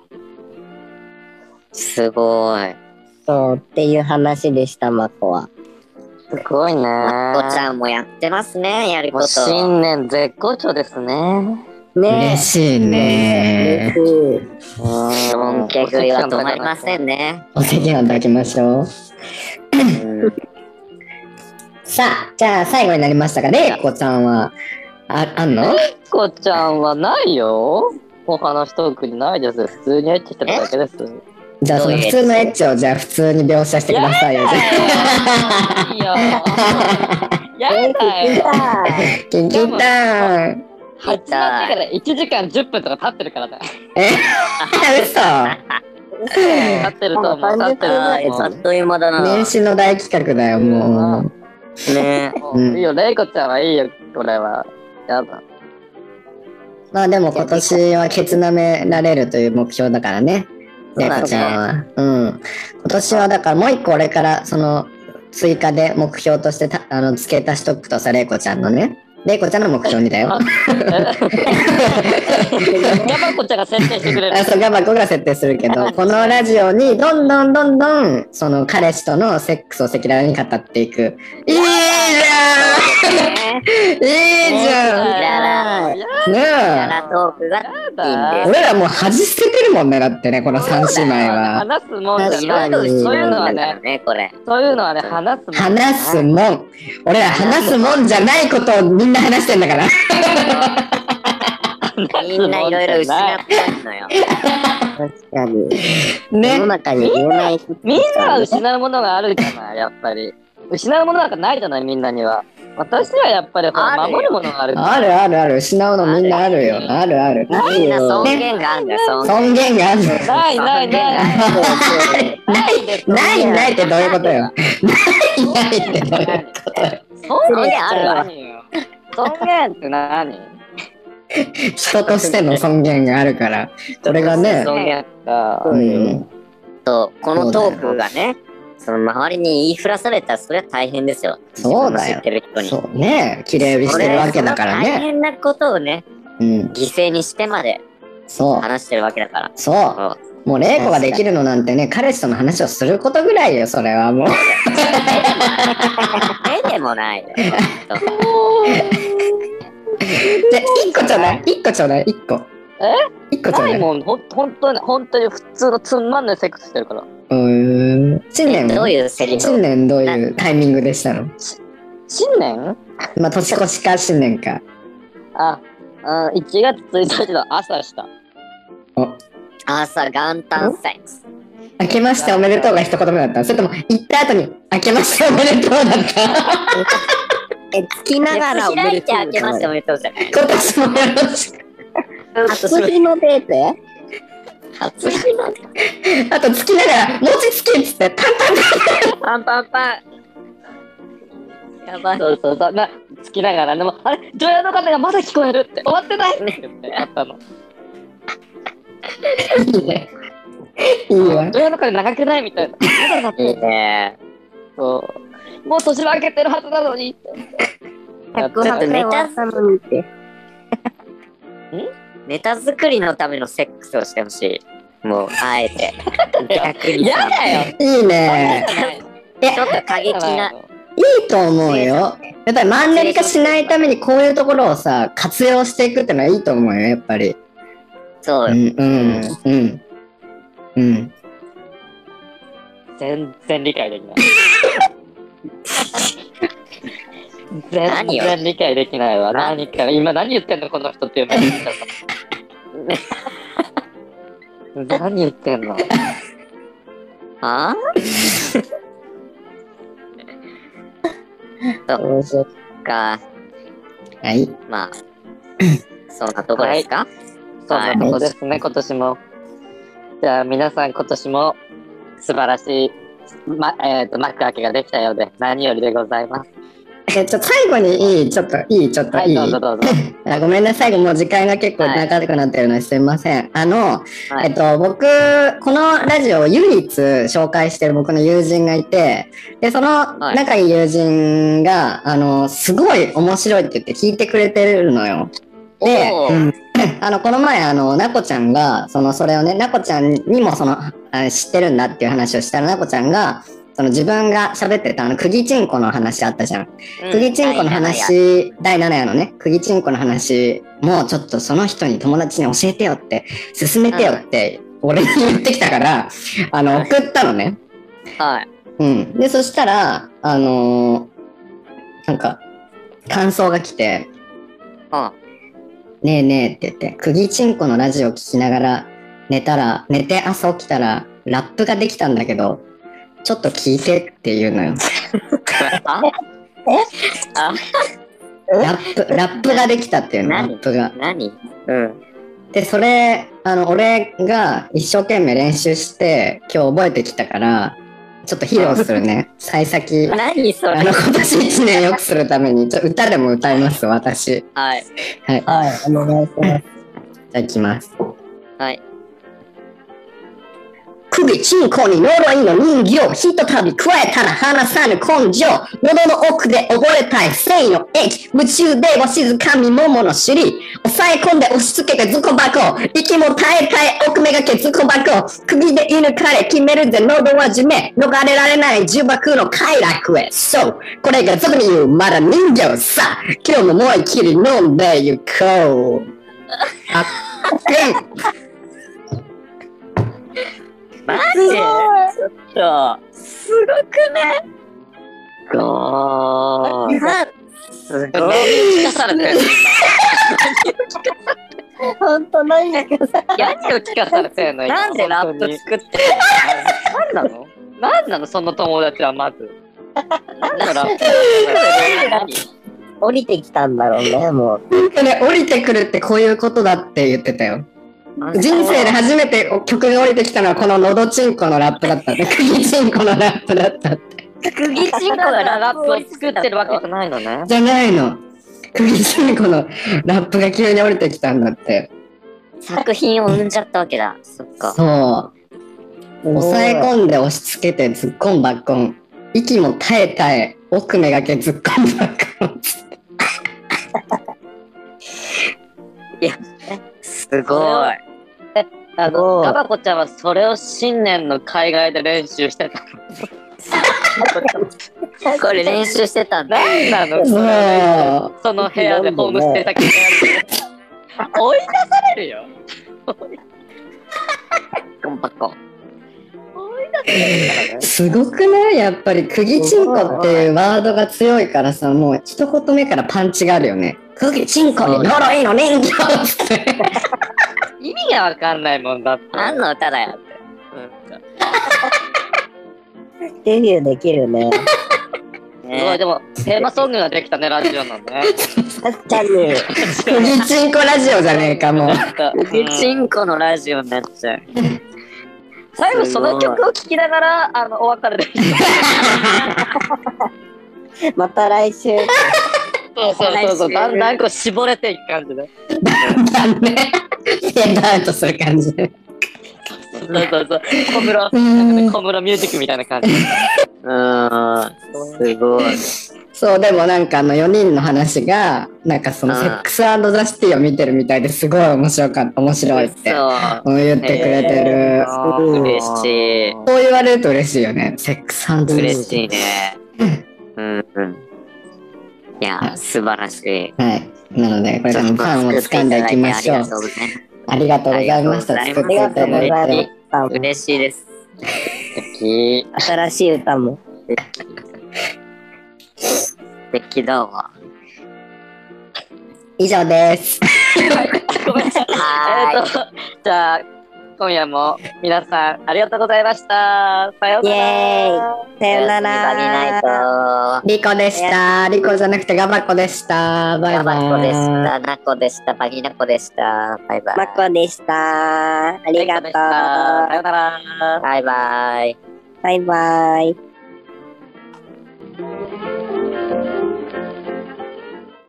C: すごい。
D: そう、っていう話でした、マコは。
B: すごいね。
C: まこちゃんもやってますね、やる
B: も
C: こ
B: う
C: と。
B: 新年絶好調ですね。
A: 嬉
D: ね
A: しい
D: え。
A: ね
D: 嬉しい
C: 尊敬食いは止まりませんね。
A: お赤飯炊きましょう。さあ、じゃあ最後になりましたが、れいこちゃんは、あ、あんの
B: こちゃんはないよ。お話トークにないです。普通にエッチしてただけです。
A: じゃあその普通のエッチを、じゃあ普通に描写してくださいよ。
B: いいよ。やだ
D: 聞い
B: よ。
D: た
A: 聞きたい。
B: 8月から1時間10分とか経ってるからね。
A: 嘘
B: 経ってると思う。経ってる
C: あ
B: と
C: ーあ
B: 思
C: っという間だな。
A: 年始の大企画だよ、もう。
C: ね。
B: う。もういいよ、レイコちゃんはいいよ、これは。や だ。
A: まあでも今年はケツなめられるという目標だからね。
C: そうだね
A: 猫ちゃんは。うん。今年はだからもう一個俺からその追加で目標としてたあの付け足しとくとさ、レイコちゃんのね。レイコちゃんの目標にだよ。
B: ガバコちゃんが設定してくれる。
A: あそうガバコが設定するけど、このラジオにどんどんどんどんその彼氏とのセックスを赤裸々に語っていく。いいじゃんいいじゃん
B: やだ。や
A: ね
C: や
A: え。
C: らトークが
B: だ。
A: 俺らもう恥捨ててるもんねだってねこの三姉妹は
B: 話すもんじ
C: い
B: ゃな
C: ろ
B: い
C: い。ろ後
B: そういう
C: ろ
B: のは
C: なんだ
B: ね
C: よ、ね、これ。
B: そういうのはね、話すもん。
A: 話すもん俺ら話すもんじゃないことをみんな話してんだから
C: みんないろいろ失ってんのよ。
D: 確かに。世の
A: ね
D: 中に言えない人
B: みんなは失うものがあるじゃない、やっぱり。失うものなんかないじゃない、みんなには。私はやっぱりほら
C: あるよ
B: 守るものがある。
A: あるあるある失うのみんなあるよあるある
C: みんな尊
A: ね
C: 厳があるんだよ、尊厳。
A: 尊厳があるの
B: ないないない。ないです。
A: ないないってどういうことよないないってどういうことよ
B: 尊厳あるわ。尊厳って何
A: 人としての尊厳があるからこれがね
B: 尊厳か。
A: うん
C: そうこのトークがね、その周りに言いふらされたらそれは大変ですよ。
A: そうだよ
C: 自分の知ってる人
A: そ
C: に。
A: うね綺麗売りしてるわけだから
C: それその大
A: ね
C: 変なことをね、
A: うん
C: 犠牲にしてまで
A: そう
C: 話してるわけだから。
A: そう
C: そう
A: もう玲子ができるのなんてね彼氏との話をすることぐらいよそれはもう
C: 目でもないよ。ほんと
A: じゃ一個ちょうだい一個ちょうだい一個え一個ちょう
B: な
A: だ
B: い
A: い
B: もん、ほんほんとに、本当に普通のつまんないセックスしてるから。
A: うーん新年
C: どういうセリフ
A: 新年どういうタイミングでしたの
B: 新年
A: まあ年越しか新年か
B: あ、うん、1月1日の朝でした。
C: 朝元旦祭。
A: 明けましておめでとうが一言目だったそれとも行った後に明けましておめでとうだった
D: え、聞きながらおめで
C: 開いて
D: とう
C: 開けましておめでとうじゃない。
A: 今年もよろしく
C: 初日
D: のデート
C: 初日の
A: あとつきながら餅つきっつってパンパン
B: パンパンパン。
C: やばい。
B: そうそうそう。な、つきながら、でも、あれ、女優の方がまだ聞こえるって、終わってないって言ってやったの。
A: パンいいねいいわ
B: 女優の方長くないみたいな。まだだっ
C: いい
B: て。
C: ね。
B: そう。もう年は明けてるはずなのにって。やって
C: ちょ
B: た
C: っとネタ、
D: のって。
C: ネタ作りのためのセックスをしてほしい。もう、あえて。逆に
B: や
C: さ。
B: だよ
A: いいね
C: ちょっと過激な。
A: いいと思うよやっぱりマンネリ化しないためにこういうところをさ活用していくってのはいいと思うよやっぱり
C: そうう。
A: んうんうんうん
B: 全然理解できない。全
C: 何よ
B: 然理解できないわ。何か、今何言ってんの、この人っていうのが聞いたの何言ってんの
C: あ
D: 面白い。
C: あか。
A: はい
C: まあ。そんなとこですか
B: そんなとこですね、今年も。じゃあ、皆さん、今年も素晴らしい、まえー、と幕開けができたようで、何よりでございます。
A: えちょ最後にいいちょっといいちょっと
B: はいい、
A: い、
B: どうぞどうぞ。
A: あごめんなさい、もう時間が結構長くなってるのですみません。あの、
C: はい
A: えっと、僕、このラジオを唯一紹介してる僕の友人がいて、で、その
C: はい
A: 仲いい友人が、あの、すごい面白いって言って聞いてくれてるのよ。で、
C: おー
A: うん あの、この前、あの、なこちゃんが、その、それをね、なこちゃんにも、その、あ知ってるんだっていう話をしたら、なこちゃんが、その自分が喋ってたあの、釘チンコの話あったじゃん。釘チンコの話、第7夜のね、釘チンコの話もちょっとその人に友達に教えてよって、勧めてよって、俺に言ってきたから、あの、送ったのね。
C: はい。
A: うん。で、そしたら、あのーなんか、感想が来て、
C: あ
A: ねえねえって言って、釘チンコのラジオ聞きながら、寝たら、寝て朝起きたら、ラップができたんだけど、ちょっと聞いてって言う のよ。
C: あ
A: ラップ、ラップができたっていうの、ラ
C: 何
A: ップが。
C: 何うん。
A: でそれあの俺が一生懸命練習して今日覚えてきたからちょっと披露する ね幸先あ
C: 何そ
A: の
C: れ
A: 今年一年良くするためにちょ歌でも歌います私じ
C: はい。
D: はい、お願いします。
A: ゃあいきます
C: はい。
A: 首チンコに呪いの人形ひとたび加えたら離さぬ根性喉の奥で溺れたい性の液夢中でわしづかみ桃の尻抑え込んで押し付けてズコ箱息も耐えたい奥目がけズコ箱首で射抜かれ決めるぜ喉は締め逃れられない呪縛の快楽へそうこれが俗に言うまだ人形さ今日も思い切り飲んでゆこうあっけん
C: マジちょっと、すごくない
B: ゴー。
C: すごい。聞かされてる。
D: 本当なんかさ、
B: 何を聞かされてんの今
C: なんでラップ作ってる
B: 何なの何なのその友達はまず。何のラップ何
D: 降りてきたんだろうね、もう。
A: ね、降りてくるってこういうことだって言ってたよ。
C: の
A: 人生で初めて曲が降りてきたのはこののどちんこのラップだったって。釘ちんこのラップだったって。
C: 釘チンコがラップを作ってるわけじゃない
B: ないのね。
A: じゃないの。釘ちんこのラップが急に降りてきたんだって。
C: 作品を生んじゃったわけだ。そっか。
A: そう。抑え込んで押し付けて突っ込んばっこん息も耐え耐え奥めがけ突っ込んばっこん
C: すごい。
B: あ
D: す
B: の
D: ごい
B: ガバコちゃんはそれを新年の海外で練習してた
C: これ練習してたんだ。
B: 何なのそれ
A: も
B: その部屋でホームステイ先でやって追い出されるよ
C: コンパコン。
A: うすごくないやっぱり「釘チンコ」っていうワードが強いからさもう一言目からパンチがあるよね「釘チンコに呪いの人形」っ つって
B: 意味がわかんないもんだって
C: 何の歌だよって。
D: デビューできるね。
B: すごい
C: ね
B: でもテーマソングができたねラジオのね
D: さっちゃんに、
A: 「釘チンコラジオ」じゃねえかもう
C: え。チンコのラジオになっちゃう。
B: 最後その曲を聴きながらあのお別れできた
D: また来
B: そう
D: 週。
B: そうそうそうだんだんこう絞れていく感じで
A: だねフェードアウトする感じで
B: そうそうそう小室
A: うん
B: 小室ミュージックみたいな感じ
C: うーん。すごい。
A: そうでもなんかあの4人の話がなんかその「セックスザ・シティ」を見てるみたいですごい面白かった面白いって
C: そう。
A: うん言ってくれてる、
C: 嬉しい。
A: そう言われると嬉しいよねセックスザ・
C: 嬉
A: シテ
C: しいね。うんうん。いや、素晴らしい。
A: ィはいなのでこれからもファンを掴んでいきましょう
C: ありがとうございます。
A: ありがとうございました作
C: ありが
A: っ
C: と
A: て
C: う
A: いた
C: ございま
A: だ
C: す
A: いて
C: 嬉しいです。
B: き
D: 新しい歌も。
C: 素敵だわ。
A: 以上です
B: ごめんなさいえ
C: は
B: ーとじゃあ今夜も皆さんありがとうございましたさようなら
D: イエーイさ
C: ーい。
D: よな
C: おやすみバニナイ
D: ら
C: ト。。
A: リコでしたリコじゃなくてガバコでしたバイバイ
C: ババコでした。ナコでした。バギナコでした。バイバイ。
D: まこでした。ありがとう。
B: さようなら
C: バイバイ。
D: バイバイ。